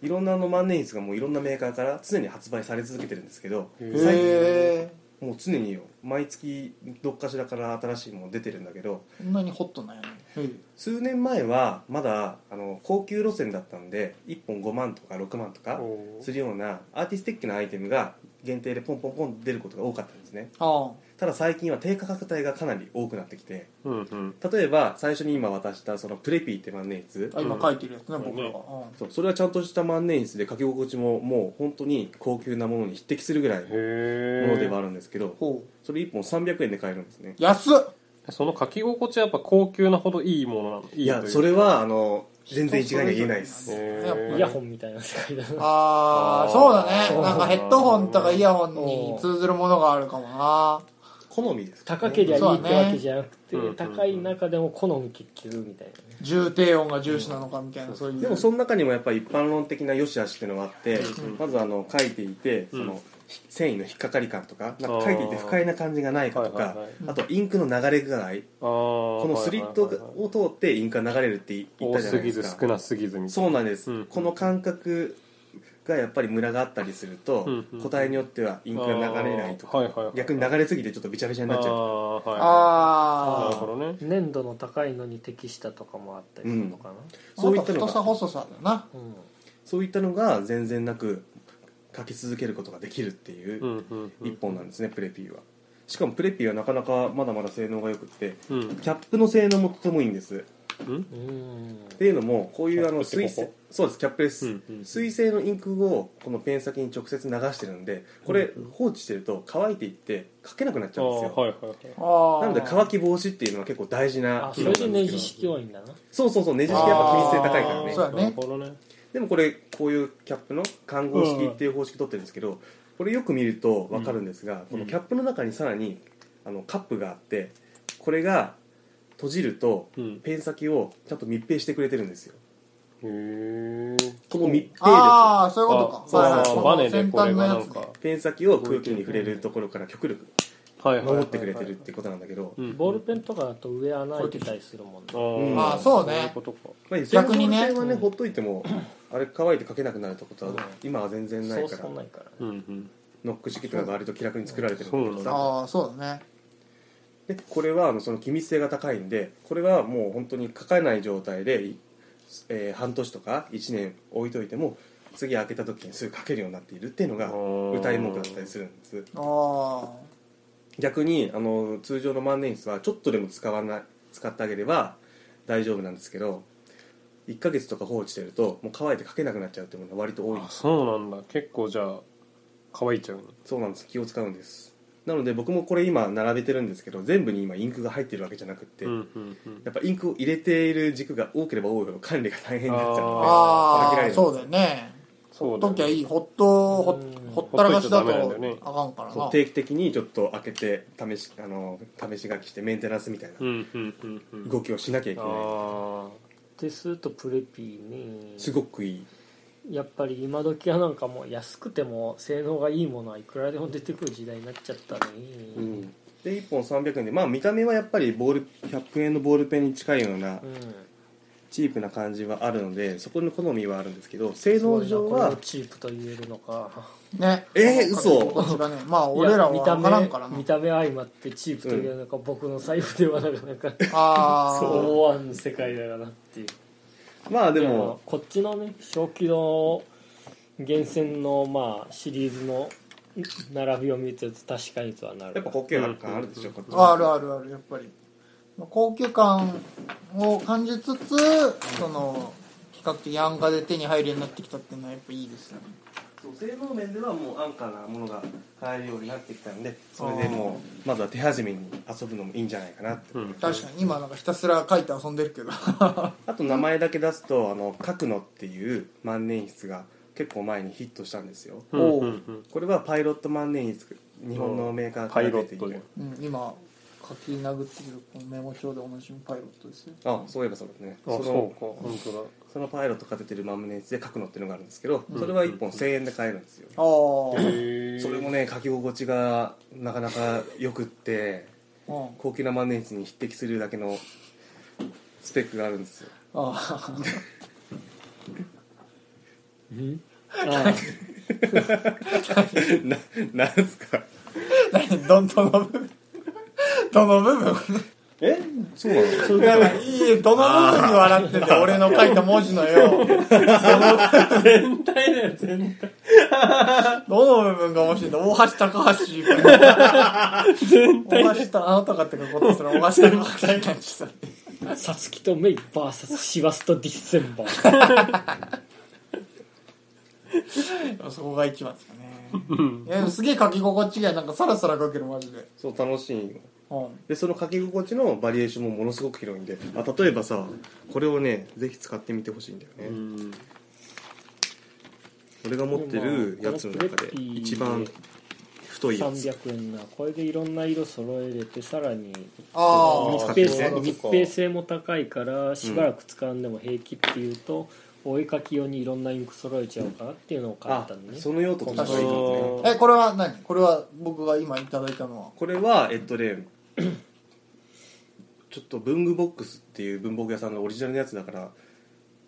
いろんなあの万年筆がもういろんなメーカーから常に発売され続けてるんですけど
へ
へ
ー
最近
え
もう常によ毎月どっかしらから新しいもの出てるんだけど
こんなにホットなんやねへえ
数年前はまだあの高級路線だったんで1本5万とか6万とか
おー
するようなアーティスティックなアイテムが限定でポンポンポンと出ることが多かったんですね
あ
ただ最近は低価格帯がかなり多くなってきて
うんうん
例えば最初に今渡したそのプレピーって万年筆
ああ今書いてるやつね
ん
僕らが
そうそれはちゃんとした万年筆で書き心地ももう本当に高級なものに匹敵するぐらいの
へえ
ものではあるんですけど
ほ
それ1本300円で買えるんですね
う安っ
その書き心地はやっぱ高級なほどいいものなのい
い
いと
や
うか
それはあの全然一概には言えないです
へ
うん
ー
イヤホンみたいな世界だな
あ
あ
あ
ー
そうだね
そう
なんかヘッドホンとかイヤホンに通ずるものがあるかもな
好みです
高けりゃいいってわけじゃなくて、
そうね
高い中でも好み結局みたいなね
重低音が重視なのかみたいなそういう
でもその中にもやっぱり一般論的な良し悪しっていうのがあって、
うん
まずあの書いていてその、
うん
繊維の引っかかり感とかなんか書いていて不快な感じがないかと
はいは
か
いはい
あとインクの流れ具合
こ
このスリットを通ってインクが流れるって言っ
多
たじゃ
す
ないで
ぎ
す
ず少
か
なすぎずみたい
そう
な
なんです、
うん
この感覚がやっぱりムラがあったりすると、
うんうん
個体によってはインクが流れないとか、
あーはいはいはい
逆に流れすぎてちょっとびちゃびちゃになっちゃう
あーは
あ
いな
あ
るほどね
粘土の高いのに適したとかもあったりするのかな、
そうい
あ
った
と
の
太さ
が
細さだな
うん
そういったのが全然なく書き続けることができるっていう
う
うん
うんうん
一本なんですね、プレピーはしかもプレピーはなかなかまだまだ性能が良くって
うん
キャップの性能もとてもいいんです
うん
うん
っていうのもこういうあの
キャップ
水
ってここ
性そうですキャップです、
うんうん
水性のインクをこのペン先に直接流してるんでこれ放置してると乾いていって書けなくなっち
あ
ゃ
ー
うんですよ、
はいはいはい
ああ
なので乾き防止っていうのは結構大事な
あ
機
そ
能な
れで
ん
ネ
ですけど
ジ式多いんだな
そうそうそうネジ式はやっぱ気密性高いから
あー
ね
そうだね
なるほどね
でもこれこういうキャップの環合式っていう方式取ってるんですけど、これよく見ると分かるんですが、このキャップの中にさらにあのカップがあってこれが閉じると
うん
ペン先をちゃんと密閉してくれてるんですよ
へえ
この密閉力
ああそういう
あ
こと
そ
か
う
はいはい
あ
そ
ー
の
バネで
先
これ
端の
がな
や
ん
つ
か
ね
ペン先を空気に触れるところから極力
はいはい
守ってくれてるってことなんだけど、
うん
ボールペンとかだと上穴開いてたりするもんね
あー
まあ
そうね
いことか
まあ、
逆にね
ペンはねほっといてもあれ乾いて書けなくなるってことは今は全然な
そ
いうから
そうないからね
うんうん
ノック式とかが割と気楽に作られてるんだけど
そう
さ
ああそうだね
でこれはあのその気密性が高いんでこれはもう本当に書かない状態で、いえー半年とか1年置いといても次開けた時にすぐ書けるようになっているっていうのが
うん
歌い文句だったりするんです
ああ
逆にあの通常の万年筆はちょっとでも使わない使ってあげれば大丈夫なんですけど1ヶ月とか放置してるともう乾いて書けなくなっちゃうっていうものが割と多いん
あ
です
そうなんだ結構じゃあ乾いちゃうね
そうなんです気を使うんですなので僕もこれ今並べてるんですけど全部に今インクが入ってるわけじゃなくて、
うんうんうん
やっぱインクを入れている軸が多ければ多いほど管理が大変になっちゃうので
あ
裏切られ
あ
る
そうだよね
そ
ほ
う
っ
だ
ときゃ
ね
いいほっとほ
うん
ほったらかしだ
ほっといちゃダメなんだよね
とあかんから
そう
な
定期的にちょっと開けて試しあの試し書きしてメンテナンスみたい
うん
な
うんうんうん
動きをしなきゃいけない、
あ
でするとプレピーね
すごくいい
やっぱり今時はなんかもう安くても性能がいいものはいくらでも出てくる時代になっちゃったね、
うんで1本300円でまあ見た目はやっぱりボール100円のボールペンに近いようなチープな感じはあるのでそこの好みはあるんですけど性能上
これを
は
チープと言えるのか
ね
えー、嘘
こちらねまあ俺らはい
や
分からんから
見
な
た目見た目相まってチープと言えるのか、僕の財布ではなかなか
ああ
思わん世界だよなっていう
まあで
で
も
もこっちのね正気の厳選のまあシリーズの並びを見てると確かにとはなる
やっぱ高級な感あるでしょこっち
あ
は
るあるあるやっぱり高級感を感じつつその比較的安価で手に入るようになってきたっていうのはやっぱいいですね
そう性能面ではもう安価なものが買えるようになってきたんでそれでもうまずは手始めに遊ぶのもいいんじゃないかなって、
うん
確かに今なんかひたすら書いて遊んでるけど
あと名前だけ出すと「あの角野」っていう万年筆が結構前にヒットしたんですよ、
うんうんうん
これはパイロット万年筆日本のメーカーか
パ
ら
イロ
出て
ッ
い
ト
て
で
うん今書き殴ってるこのメモ帳でおなじみパイロットですよ
あそういえばそうですね
あそう
の
か本当だ
そのパイロットが出てる万年筆で書くのっていうのがあるんですけどそれは1本1000円で買えるんですよ、
ああ
へ
それもね書き心地がなかなかよくって
うん
高級な万年筆に匹敵するだけのスペックがあるんですよ <laughs>
あ <laughs>
ななんですか
あどんどの部分 <laughs> どの部分
えそうな
い
の
やいいえどの部分に笑ってて俺の書いた文字のよ
全体だよ全体
どの部分が面白いんだ大橋高橋みたいな。大橋とあなたがってことする大橋高橋みたいな人
サツキとメイバーサスシワスとディッセンバー
そこが一番ですかね。いやでもすげえ書き心地がいいなんかさらさら書けるマジで。
そう楽しいよ
うん。
でその書き心地のバリエーションもものすごく広いんであ例えばさこれをねぜひ使ってみてほしいんだよね、
うん
俺が持ってるやつの中で一番太いやつ
300円なこれでいろんな色揃えれてさらに
あ
ー
密
あ。
閉
そう
性
かそうか
密閉性も高いからしばらく使わんでも平気っていうと、お絵かき用にいろんなインク揃えちゃおうかなっていうのを買っ
あ
たんでね
その用途としてはいいかもね
え、これは何これは僕が今いただいたのは。
これはえっとねちょっと文具ボックスっていう文房具屋さんのオリジナルのやつだから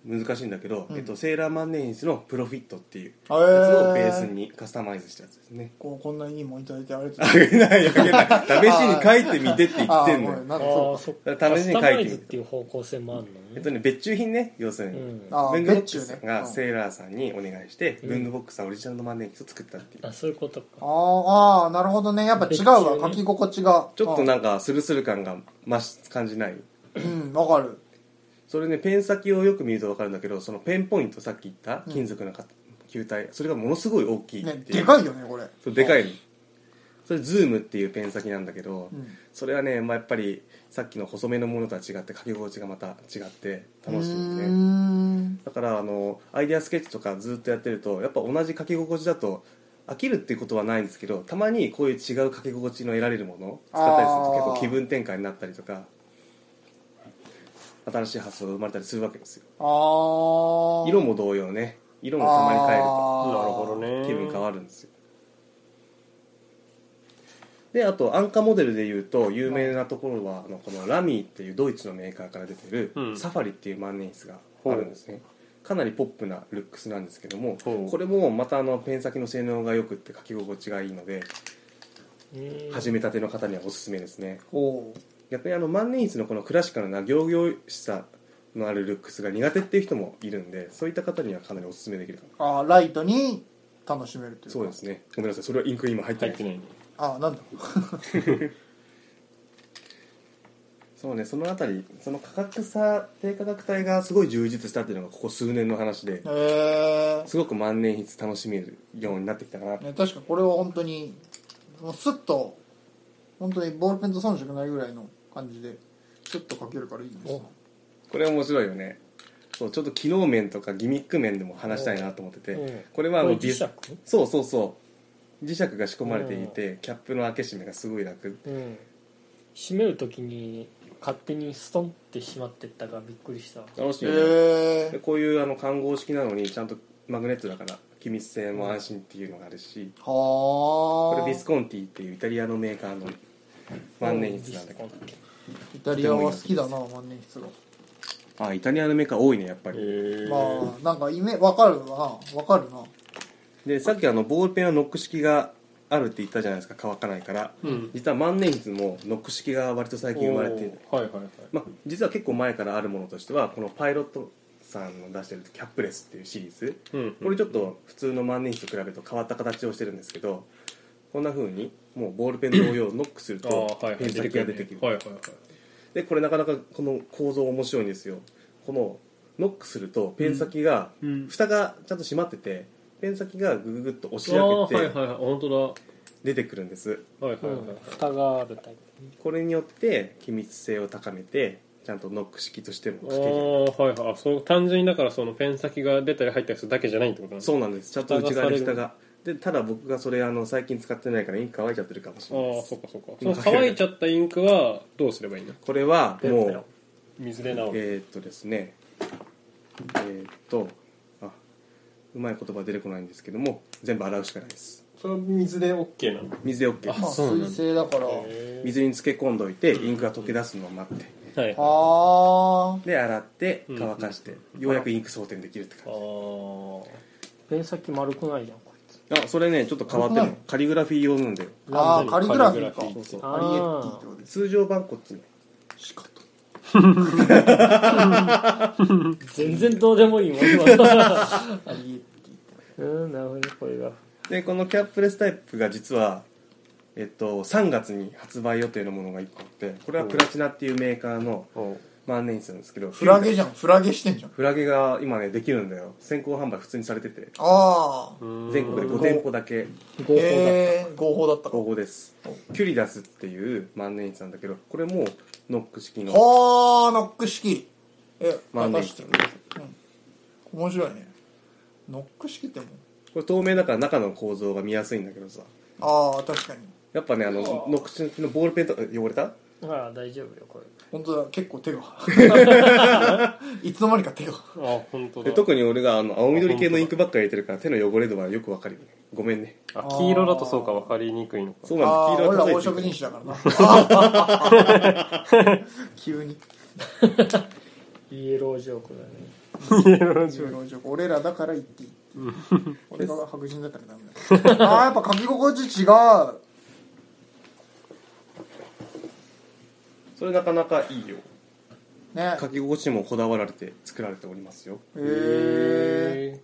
難しいんだけど、
うん
えっと、セーラー万年筆のプロフィットっていう
え
やつをベース
ー、
にカスタマイズしたやつですね
こうこんないいもんいただいてありがとうござい
あげないあげない試しに書いてみてって言
ます。
って
あー
んの
ごめ
よ
んなんか
ああ
そ
そっ
だ
か
から
カ
試し
ス
に
タ
書
マ
い
イ
て
ズっ
み
て
て
いう方向性もあるの
えっ
ね、
とね別注品ね要する
う
に、
ん
う。ああ、
文具ボッ
別
クス
注ね。
が
うん
セーラーさんにお願いして、
うん
文具ボックスはオリジナルの万年筆を作ったっていう、
あそういうことか
あーあー、なるほどね。やっぱ違う
別
わ。
注ね
書き心地が。
ちょっとなんかスルスル感が増し感じない
うん。うん、わかる。
それねペン先をよく見ると分かるんだけどそのペンポイントさっき言った金属のか球体それがものすごい大きいっ
ね、
ていう、
でかいよね、これ。
そうでかいのそれズームっていうペン先なんだけど、
うん。
それはね、まあ、やっぱりさっきの細めのものとは違って書き心地がまた違って楽しいん
うー
ですね
ん
だからあのアイデアスケッチとかずっとやってるとやっぱ同じ書き心地だと飽きるっていうことはないんですけどたまにこういう違う書き心地の得られるものを使ったりすると結
あ
構
ー
気分転換になったりとか新しい発想が生まれたりするわけですよ
あー
色も同様ね色もたまに変える
な
と
あー
るほどね
気分変わるんですよであと安価モデルでいうと有名なところはあのこのラミーっていうドイツのメーカーから出てる
うん
サファリっていう万年筆があるんですねかなりポップなルックスなんですけども
ほう
これもまたあのペン先の性能が良くって書き心地がいいので
うん
始めたての方にはおすすめですね
おう
逆にあの万年筆のこのクラシカルな行々しさのあるルックスが苦手っていう人もいるんでそういった方にはかなりおすすめできるかな
あーライトに楽しめるというか
そうですねごめんなさいそれはインク今入って
入っ
ない
てないね
あーなんだ
そうねそのあたりその価格差低価格帯がすごい充実したっていうのがここ数年の話で
え
すごく万年筆楽しめるようになってきたかな
ーね、確かこれは本当にもうスッと本当にボールペンと遜色ないぐらいの感じでスッと書けるからいいですね
これ面白いよねそうちょっと機能面とかギミック面でも話したいなと思って
うん
てこれはあの
これ磁石
ディスそうそうそう磁石が仕込まれていてキャップの開け閉めがすごい楽
うん閉める時に勝手にストンってしまってったからびっくりした
楽しいよね、
え
でこういうあの環合式なのにちゃんとマグネットだから気密性も安心っていうのがあるし、
ー、はあ
これビスコンティっていうイタリアのメーカーの万年筆なんだけど
イタリアは好きだな万年筆が
あイタリアのメーカー多いねやっぱ
へ
り
え
まあなんかイメわかるなわかるな
でさっきあのボールペンはノック式があるって言ったじゃないですか乾かないから、
うん
実は万年筆もノック式が割と最近生まれている
おーはいはいはい
まあ、実は結構前からあるものとしてはこのパイロットさんの出してるキャップレスっていうシリーズ
うん
これちょっと普通の万年筆と比べると変わった形をしてるんですけどこんな風にもうボールペン同様ノックする
あ
と
ーはい
ペン先が出てくる
はいはいはい
でこれなかなかこの構造面白いんですよこのノックするとペン先が、
うん
蓋がちゃんと閉まっててペン先がグググッと押し
あ
上
ーは
げ
い
て
はいはい本当
出てくるんです
だはいはいはいはい
蓋があるタイプ
これによって機密性を高めてちゃんとノック式としても書
あ
ける
あはいはいあそう単純にだからそのペン先が出たり入ったりするだけじゃないってことなん
そううなんですちゃんと内側に
蓋
蓋
が
がでただ僕がそれあの最近使ってないからインク乾いちゃってるかもしれない
ああ
で
そ
す
っかそっかその乾いちゃったインクはどうすればいいの
これはもう
水で直る
えーっとですねえーっとあうまい言葉出てこないんですけども全部洗うしかないです
それは水で OK なの
水で OK
まあ
です
水性だから
水
水に漬け込んどいてインクが溶け出すのを待って
はいあ
あ
で洗って
うん
乾かしてようやくインク装填できるって
あ
感
ー
ペン先丸くないじゃんこいつ
じあそれねちょっと変わってるのカリグラフィー用なんだよ
ーあーカリグラフィーか
カリグラフィー
そうそう
あー
アリエッティってことです
通常版こっちね
全然どうでもいいもん今
<laughs>
アリエッティ
うんなるほどねこれが
でこのキャップレスタイプが実は、えっと、3月に発売予定のものが1個あってこれはプラチナっていうメーカーの万年筆なんですけど
フラゲじゃんフラゲしてんじゃん
フラゲが今ねできるんだよ先行販売普通にされてて
ああ
全国で5店舗だけ
合法だ、
えー合法だったか
応募ですキュリダスっていう万年筆なんだけどこれもノック式の
はあノック式え
万年
任せ
筆
てる、うん、面白いねノック式っても
これ透明だから中の構造が見やすいんだけどさ
ああ確かに
やっぱねあのノック式のボールペンとえ汚れた
ああ大丈夫よこれ
本当だ結構手がいつの間にか手が
あ本当だ
で特に俺があの青緑系のインクばっかり入れてるから手の汚れ度はよくわかるよねごめんね
あ黄色だとそうか分かりにくいのか
そう
あ
なん
あ
です
俺ら
黄
黄
色は
色
ついて
人
る
種だからなあー <laughs> 急に
イエロージョークだね
俺らだから言っていい俺が白人だったらダメだああやっぱ書き心地違う
それなかなかいいよ
ね
書き心地もこだわられて作られておりますよ
へえ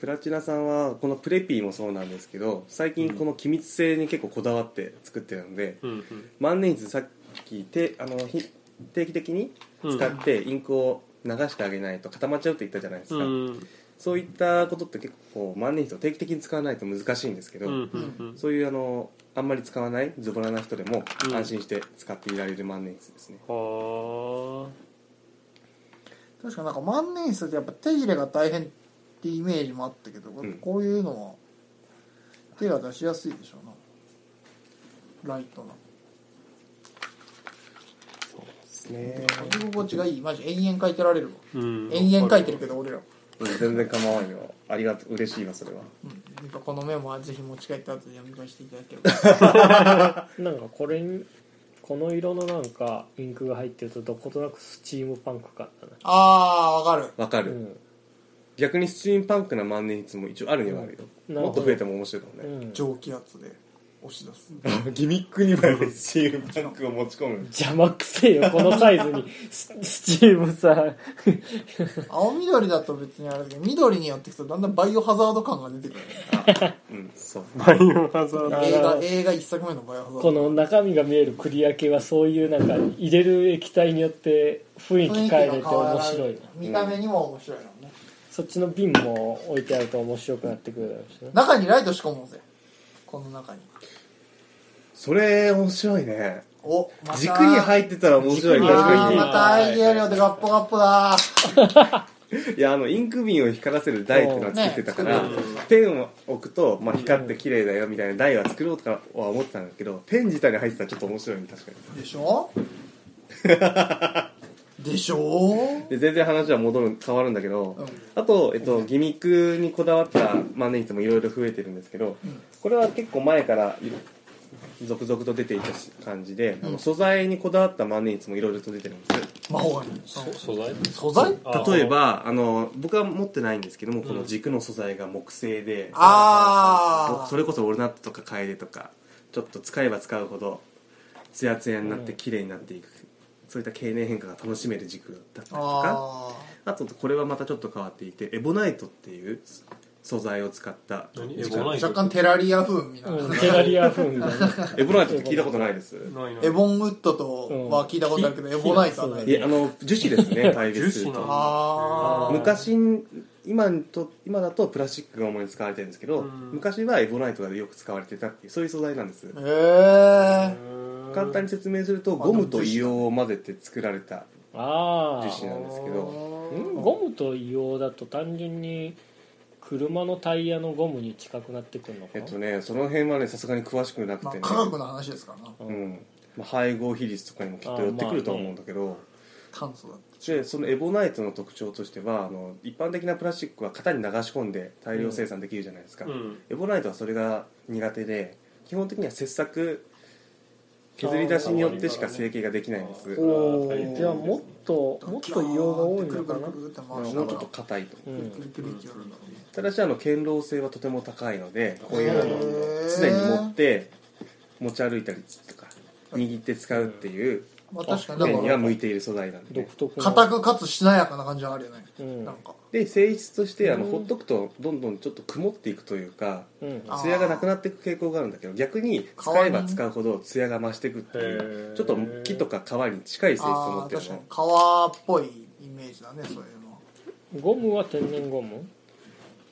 プラチナさんはこのプレピーもそうなんですけど最近この機密性に結構こだわって作ってるので、
うんうん
万年筆さっきてあのひ定期的に使ってインクを流してあげないと固まっちゃうって言ったじゃないです
う
か、
ん
そういったことって結構こう万年筆を定期的に使わないと難しいんですけど、
うんうん
そういうあのあんまり使わないズボラな人でも
うん
安心して使っていられる万年筆ですね、
は
確かなんか万年筆ってやっぱ手入れが大変ってイメージもあったけど、
ん
こういうのは手が出しやすいでしょうなライトな
ね
書き心地がいいマジ延々書いてられるわ、
あうん
延々書いてるけど俺ら、
全然構わんよありがとう嬉しいわそれは
うん、なんかこのメモはぜひ持ち帰った後で読み返していただければ <laughs>
なんかこれにこの色のなんかインクが入ってるとどことなくスチームパンク感だな
あーわかる
わかる、
う
逆にスチームパンクな万年筆も一応あるにはあるよ、
うん
もっと増えても面白いかも
ん、
ね、
うん、
蒸気圧で押し出す
<laughs> ギミックにまでスチームパンクを持ち込む
邪魔くせえよこのサイズに <laughs> ススチームさ
<laughs> 青緑だと別にあれだけど緑によってくとだんだんバイオハザード感が出てく <laughs> る、
うんそう
あ
映画
の
映画一作目のバイオハザード
<laughs> この中身が見えるクリア系はそういうなんか入れる液体によって雰囲気変えれて面白いな
見た目にも面白いのね、
そっちの瓶も置いてあると面白くなってくるだろうしな
中にライト仕込もうぜこの中に
それ面白いね
おまた
軸に入ってたら面白い確
軸に
あ
か
ー
に
またアイデア量でガッポガッポだ
いやあのインク瓶を光らせる台っていうのは作ってたから、
うんね
ペンを置くと、まあ、光って綺麗だよみたいな台は作ろうとかは思ってたん <laughs> だけどペン自体に入ってたらちょっと面白いね確かに
でしょでしょ
で全然話は戻る変わるんだけど、あと、えっと、ギミックにこだわった万年筆もいろいろ増えてるんですけど、これは結構前から続々と出ていたし感じで、あの素材にこだわった万年筆もいろいろと出てるんです
魔法がある
そ素材
素材
あ
例えばあの僕は持ってないんですけどもこの軸の素材が木製で、
あー
それこそオルナットとかカエデとかちょっと使えば使うほどツヤツヤになって綺麗になっていく、そういった経年変化が楽しめる軸だったりとか。
あ
あとこれはまたちょっと変わっていてエボナイトっていう素材を使った
何エボナ
あ
イト
若干テラリア風味な、
うんテラリア風
<laughs>
みたいな
エボナイトって聞いたことないです
ないな
エボンウッドとは聞いたことあるけど、エボナイトはない
いやあの樹脂ですね対
ジュー
比
シ
す
ー
る
な
と
あー
昔今と今だとプラスチックが主に使われてるんですけど、
うん
昔はエボナイトがよく使われてたっていうそういう素材なんです、
へえ
簡単に説明すると
あ
ゴムと硫黄を混ぜて作られた
あ
樹
あ
脂なんですけどうん
ゴムと硫黄だと単純に車のタイヤのゴムに近くなってくるのか
え
な、
っとねその辺はねさすがに詳しくなく
まあ
てね
科学の話ですからな
うんまあ配合比率とかにもきっと寄ってくるとは思うんだけど、
炭素だ
でそのエボナイトの特徴としてはあの一般的なプラスチックは型に流し込んで大量生産できるじゃないですか、
うん
エボナイトはそれが苦手で基本的には切削削り出しによってしか成形ができないんです
あー
もう
お
大変
ーじゃあもっともっと硫黄が多いのかな
くるくるくるって回し
ち
な
ょっ
がら
と硬いと
う
くる
ん
くるくるってやるんだろうね
ただしあの堅牢性はとても高いのでこういうあ
へー
の常に持って持ち歩いたりとか握って使うっていう
まあ確かに
面
だ
に
か
は
ら
向いている素材なんで
独特
硬
な
くかつしなやかな感じはあるよね、
うん
なんか
で性質としてあのほっとくとどんどんちょっと曇っていくというか
うん
あー
ツヤがなくなっていく傾向があるんだけど逆に使えば使うほどツヤが増していくってい
へー
うちょっと木とか皮に近い性質を持
ああ
ってる
確かに
の
革っぽいイメージだねそういうのは
ゴムは天然ゴム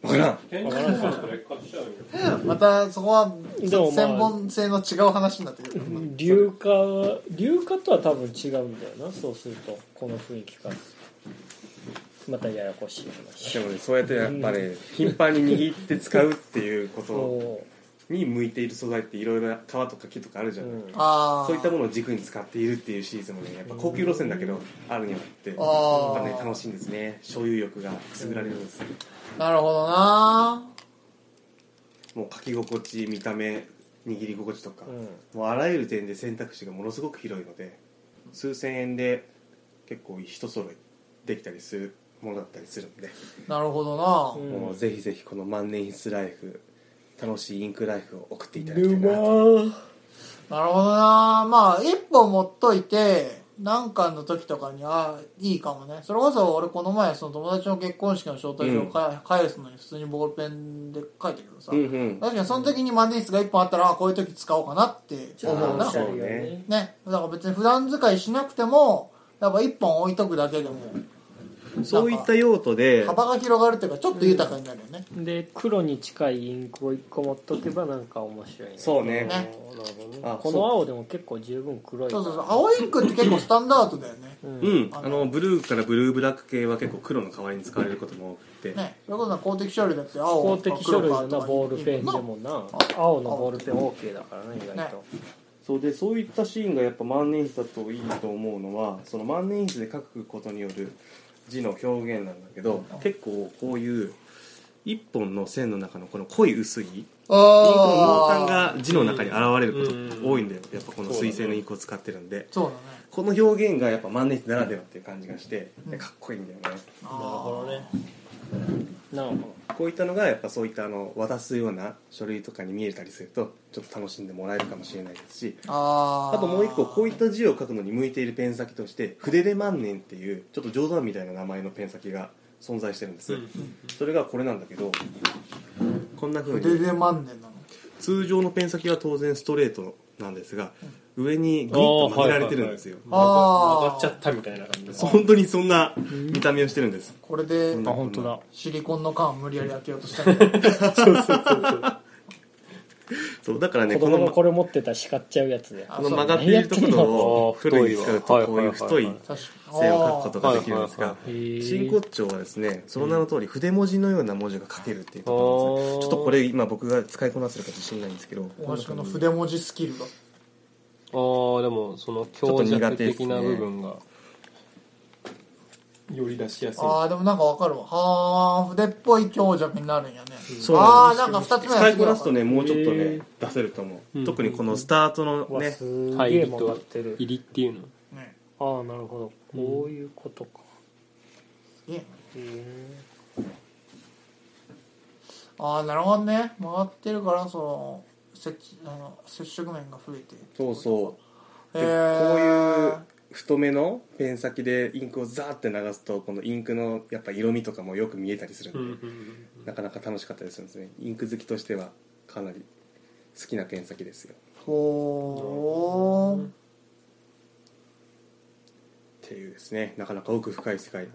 わからん
天然のそれ買っちゃうよ
またそこは
でもまあ
専門性の違う話になってくるけどな
硫化は硫化とは多分違うんだよなそうするとこの雰囲気からまたややこしい
で
話
もねそうやってやっぱね頻繁に握って使うっていうこと
そ
に向いている素材っていろいろ皮とか木とかあるじゃ
う、
な
う
い
ん、
ああ
そういったものを軸に使っているっていうシリーズもねやっぱ高級路線だけどあるにはあってやっ
あー
ぱね楽しいんですね所有欲がくすぐられるんです
なるほどな
もう書き心地見た目握り心地とか、
う
もうあらゆる点で選択肢がものすごく広いので数千円で結構一揃いできたりするものだったりするんで、
なるほどな、
うん
もうぜひぜひこの万年筆ライフ楽しいインクライフを送っていただきたいなと
沼
なるほどなまあ一本持っといてなんかの時とかにあいいかもねそれこそ俺この前その友達の結婚式の招待状をか、返すのに普通にボールペンで書いたけどさ、
うんうん
確かにその時に万年筆が一本あったらあこういう時使おうかなって思う
あ
な
ーそう
ねだから別に普段使いしなくてもやっぱ一本置いとくだけでも
そういった用途で
幅が広がるっていうかちょっと豊かになるよね、
で黒に近いインクを1個持っとけばなんか面白いね
そうね
なるほどね
あ
この青でも結構十分黒いか
そ
ら
うそうそう青インクって結構スタンダードだよね、
うん
うんあのブルーからブルーブラック系は結構黒の代わりに使われることも多くて、
ねそれこそ公的書類だって青
公的書類の
黒
な
か
ボールペンでもな青のボールペン OK だからね意外と
そうでそういったシーンがやっぱ万年筆だといいと思うのはその万年筆で書くことによる字の表現なんだけど結構こういう一本の線の中のこの濃い薄いイン
あ
クの濃
あ
淡が字の中に現れることが多いんだよやっぱこの水性のインクを使ってるんで
そうだね
この表現がやっぱ万年筆ならではっていう感じがしてかっこいいんだよね
なる
ほどねなるほど
こういったのがやっぱそういったあの渡すような書類とかに見えたりするとちょっと楽しんでもらえるかもしれないですし
あー
あともう一個こういった字を書くのに向いているペン先として筆で万年っていうちょっと冗談みたいな名前のペン先が存在してるんです、それがこれなんだけどこんな風
筆
に
で万年なの
通常のペン先は当然ストレートなんですが上にグリッと曲げられてるんですよ、
あー
曲がっちゃったみたいな感じ
本当にそんな見た目をしてるんです
これで
あ本当だ
シリコンの缶無理やり開けようとしたんだ
そうだからね
子
こ
供
の
が
ま
これ持ってたら叱っちゃうやつで
あ
この曲がっているところを
あー
フルに使うとこういう太
太い
い
わ
確かに
線を書くことができるんです
は
が
い
真骨頂はですねその名の通り筆文字のような文字が書けるっていうところなんで
あー
すねちょっとこれ今僕が使いこなせるか自信ないんですけど
大橋君の筆文字スキル
ああ
が
でもその強弱的な部分が
より出しやすい
ああでもなんかわかるわはあ筆っぽい強弱になるんやね
そう
あ
な
あなんか2つ目
使
はい
こなすとねもうちょっと
へ
ね
ー
出せると思
うん
う特にこのスタートの
わ
ね
す
は
げえ
い
曲がってる
入りっていうの
ね
ああなるほどこういうことか、
いいね
へ
ああなるほどね曲がってるからその接あの接触面が増えて
そうそう
へ
でこういう太めのペン先でインクをザーって流すとこのインクのやっぱ色味とかもよく見えたりするんで、なかなか楽しかったりするんですねインク好きとしてはかなり好きなペン先ですよ
ほー
っていうですねなかなか奥深い世界なん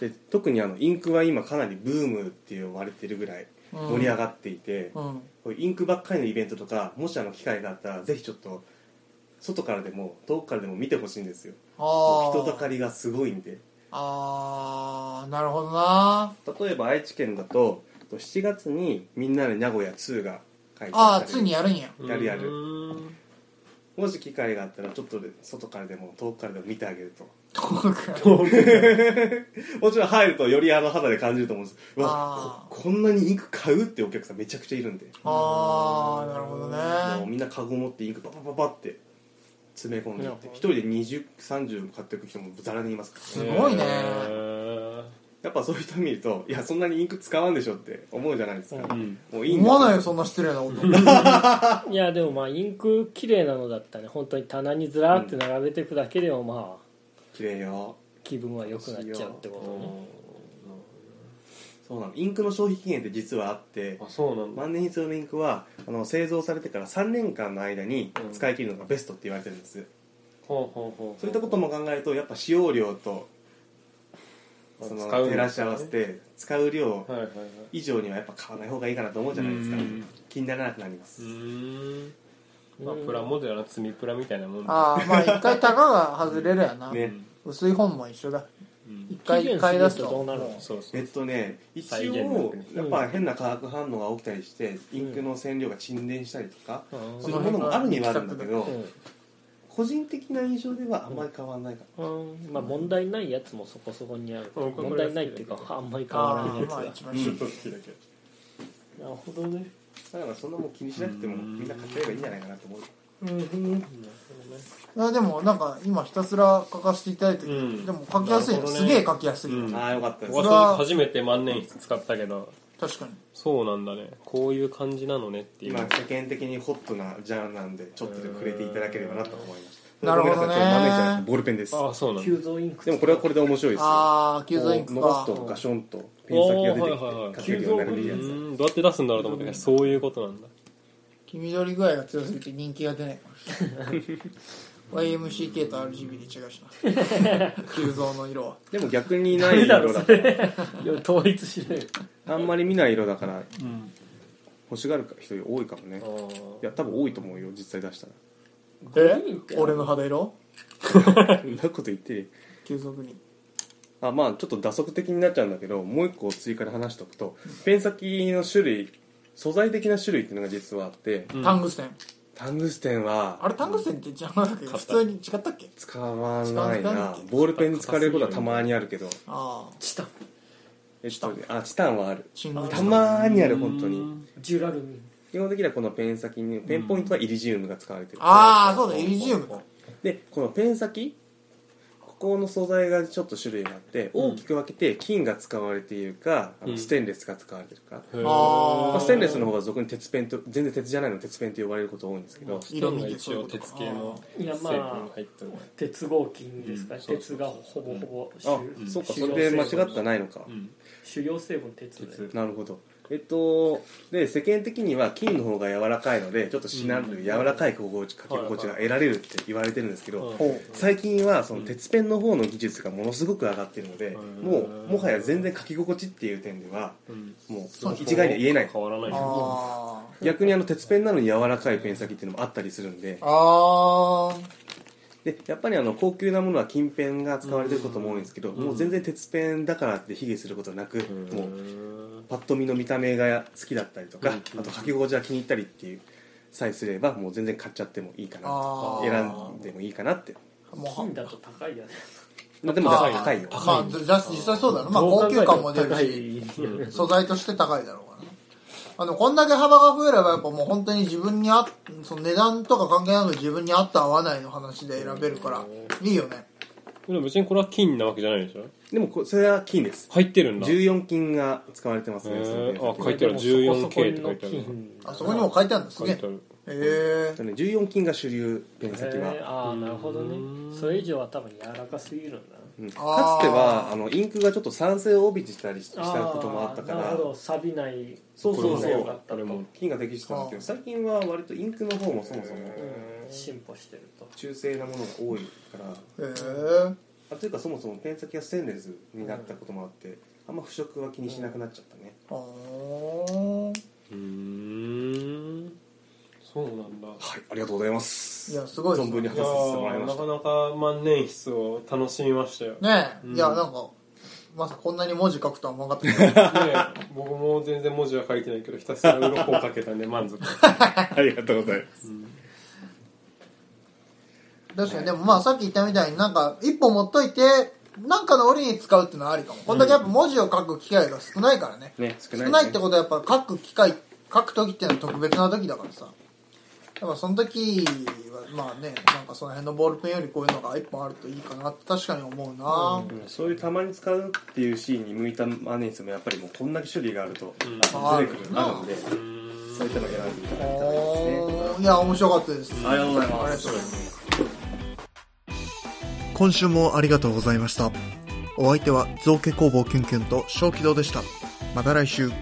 でで特にあのインクは今かなりブームって呼ばれてるぐらい盛り上がっていて、
うん
こういうインクばっかりのイベントとかもしあの機会があったらぜひちょっと外からでも遠くからでも見てほしいんですよ
ああ
人だかりがすごいんで
ああなるほどな
例えば愛知県だと7月にみんなで名古屋2が開催される
ああついにやるんや
やるやる
る
もし機会があったらちょっとで外からでも遠くからでも見てあげると
遠くから
もちろん入るとよりあの肌で感じると思うんですうわ
あー
ここんなにインク買うってお客さんめちゃくちゃいるんで
ああなるほど
もう
ね
みんなカゴ持ってインクババババって詰め込んでいって一人で2030買っていく人もざらにいますからね
すごいね
やっぱそういう人見るといやそんなにインク使わんでしょって思うじゃないですか、
ん
もういいんだ
思わないよそんな失礼なこと
いやでもまあインク綺麗なのだったらね本当に棚にずらーって並べていくだけでもまあ
綺麗よ
気分は良くなっちゃうってことね
そうなのインクの消費期限って実はあって
あそうなんだ
万年筆のインクはあの製造されてから3年間の間に
うん
使い切るのがベストって言われてるんです、
ほうほうほう
そういったことも考えるとやっぱ使用量と
あ
その
使うの
照らし合わせて使う量
はいはいはい
以上にはやっぱ買わない方がいいかなと思うじゃないですか
うん
気にならなくなりま
う
す
ーんまあプラモデルの積みプラみたいなもんだ
ああまあ一回たかが外れるやな、
ね
薄い本も一緒だ
うん
一回買い出す
期限過ぎるとどう
と
なるの
そうそう
えっとね一
再現な
応
くね
やっぱ変な化学反応が起きたりしてインクの染料が沈殿したりとかそういうものもあるにはあるんだけど個人的な印象ではあんまり変わらないか
うんまあ問題ないやつもそこそこにある
うん
問題ないっていうかあんまり変わ
あ
らない
あ
やつ
まあ
だ
一番一緒
ょっと好きだけど
なるほどね
なだからそんなもん気にしなくてもみんな買っちゃえばいいんじゃないかなと思う
いやでもなんか今ひたすら書かせていただいてる、
うん
でも書きやすい
なる
の、
ほど
す
ね
げえ書きやすい、
うん
ああよかったで
僕
す
はその初めて万年筆使ったけど
確かに
そうなんだねこういう感じなのねっていう
今世間的にホットなジャンルなんでちょっとでも触れていただければなと思いました
なるほどね
ごめんなさい今日マネージャーじゃなくてボールペンです
ああそうなんだ
急増インク
でもこれはこれで面白いですよ
ああ急増インク
こう伸ば
か
すとガションとペン先が出てき
おーはいはいはい
て書けるようになるや
う
つ
ーんどうやって出すんだろうと思ったけどそういうことなんだ
黄緑具合が強すぎて人気が出ない
<laughs>
YMCK と RGB で違うしな <laughs> 急増の色は
でも逆にない色だか
い
ら
や統一しない
<laughs>
あんまり見ない色だから
うん
欲しがる人多いかもね
あー
いや多分多いと思うよ実際出したら
え俺の肌色
そんなこと言ってるよ
急増グリーン
あまあちょっと打足的になっちゃうんだけどもう一個追加で話しておくとペン先の種類素材的な種類っていうのが実はあって
うん
タングステン
タングステン
あ
は
れタングステンって邪魔だけど普通に違ったっけ
使わない
使わない
な
っけ
ボールペンに使われることはたまにあるけど
ああ
チタン
えっとねあチタンはある
チング
たまーにある本当
う
に
ん
ジュラルミン
基本的にはこのペン先にペンポイントはイリジウムが使われてる
ああそうだイリジウムだ
でこのペン先ここの素材がちょっと種類があって大きく分けて金が使われているか、あの
うん
ステンレスが使われてるか、
へー
あ
ま
あ
あ、ステンレスの方が俗に鉄ペンと全然鉄じゃないの鉄ペンって呼ばれること多いんですけど、
色味
が
でそ
一
ういう
応
こと
鉄系の
いやま
成
あ
分入ってるから
鉄合金ですか、
うん
鉄がほぼほぼ
あ
主
そっか
主
そ
要
れで間違
成分
ってないのか、
うん
主要成分鉄で
鉄
なるほどえっとで世間的には金の方が柔らかいのでちょっとしなる柔らかい心地書き心地が得られるって言われてるんですけど、
うん
ほ
最近はその鉄ペンの方の技術がものすごく上がってるので、
うん
もうもはや全然書き心地っていう点では
うん
も
そう
う一概には言えない
変わらな
う
い
あ
逆にあの鉄ペンなのに柔らかいペン先っていうのもあったりするんで
あああ
でやっぱりあの高級なものは金ペンが使われてることも多いんですけど、もう全然鉄ペンだからって卑下することなく、もうパッと見の見た目が好きだったりとか、あと書き心地が気に入ったりっていうさえすればもう全然買っちゃってもいいかな
あ
と
ー
選んでもいいかなって
もう
金だと高いやつ
まあでも
まあ
高いよ
まあ、じゃ実際そうだな、まあ、
どう考
高
えて
級
も
感も出るし素材として高いだろうからねあのこんだけ幅が増えればやっぱもう本当に自分にあその値段とか関係なく自分に合った合わないの話で選べるからいいよね
でも別にこれは金なわけじゃないでしょ
でもこそれは金です
入ってるんだへ
14金が使われてますね
へー
その電
あ
卓
書いてある 14K って書いてある
あそこにも書いてあるんです
書い
ね
てある
え
えっとね14金が主流ペン先は、
えーああなるほどねそれ以上は多分柔らかすぎるんだな
うんかつて
あー
はあのインクがちょっと酸性を帯びてたりししたこともあったか
な
ら
るほど錆びない
そうそ
こ
うそ
れも良か
う
った
あれも
金が適してたんだけど最近は割とインクの方もそもそも
進歩してると
中性なものが多いから
えー、
あというかそもそもペン先がステンレスになったこともあってあんま腐食は気にしなくなっちゃったね
あー
うーんそうなんだ
はいありがとうございます
いやすごいですね
存分に
い
話
や
させてもらい
ー
ま
な
し
かなか万年筆を楽しみましたよね
ねえ、
うん
いやなんかまさかこんなに文字書くとは思わなかったけど
え僕も全然文字は書いてないけどひたすら鱗をかけたんで満足
たありがとうございます
確かにでもまあさっき言ったみたいになんか一本持っといてなんかの折に使うっていうのはありかもこんだけやっぱ文字を書く機会が少ないからね
ね少
少
ないね
ないってことはやっぱ書く機会書く時っていうのは特別な時だからさやっぱその時はまあねなんかその辺のボールペンよりこういうのが一本あるといいかなって確かに思うな、
うんそういうたまに使うっていうシーンに向いたマネースもやっぱりもうこんだけ種類があると、あ出てくるあるんでそういったのを選んでいただいたらいいですね
おーいや面白かったです
ありがとうござい
ありがと
ま
うございます
今週もありがとうございました。お相手は造形工房キュンキュンと小気道でした。また来週。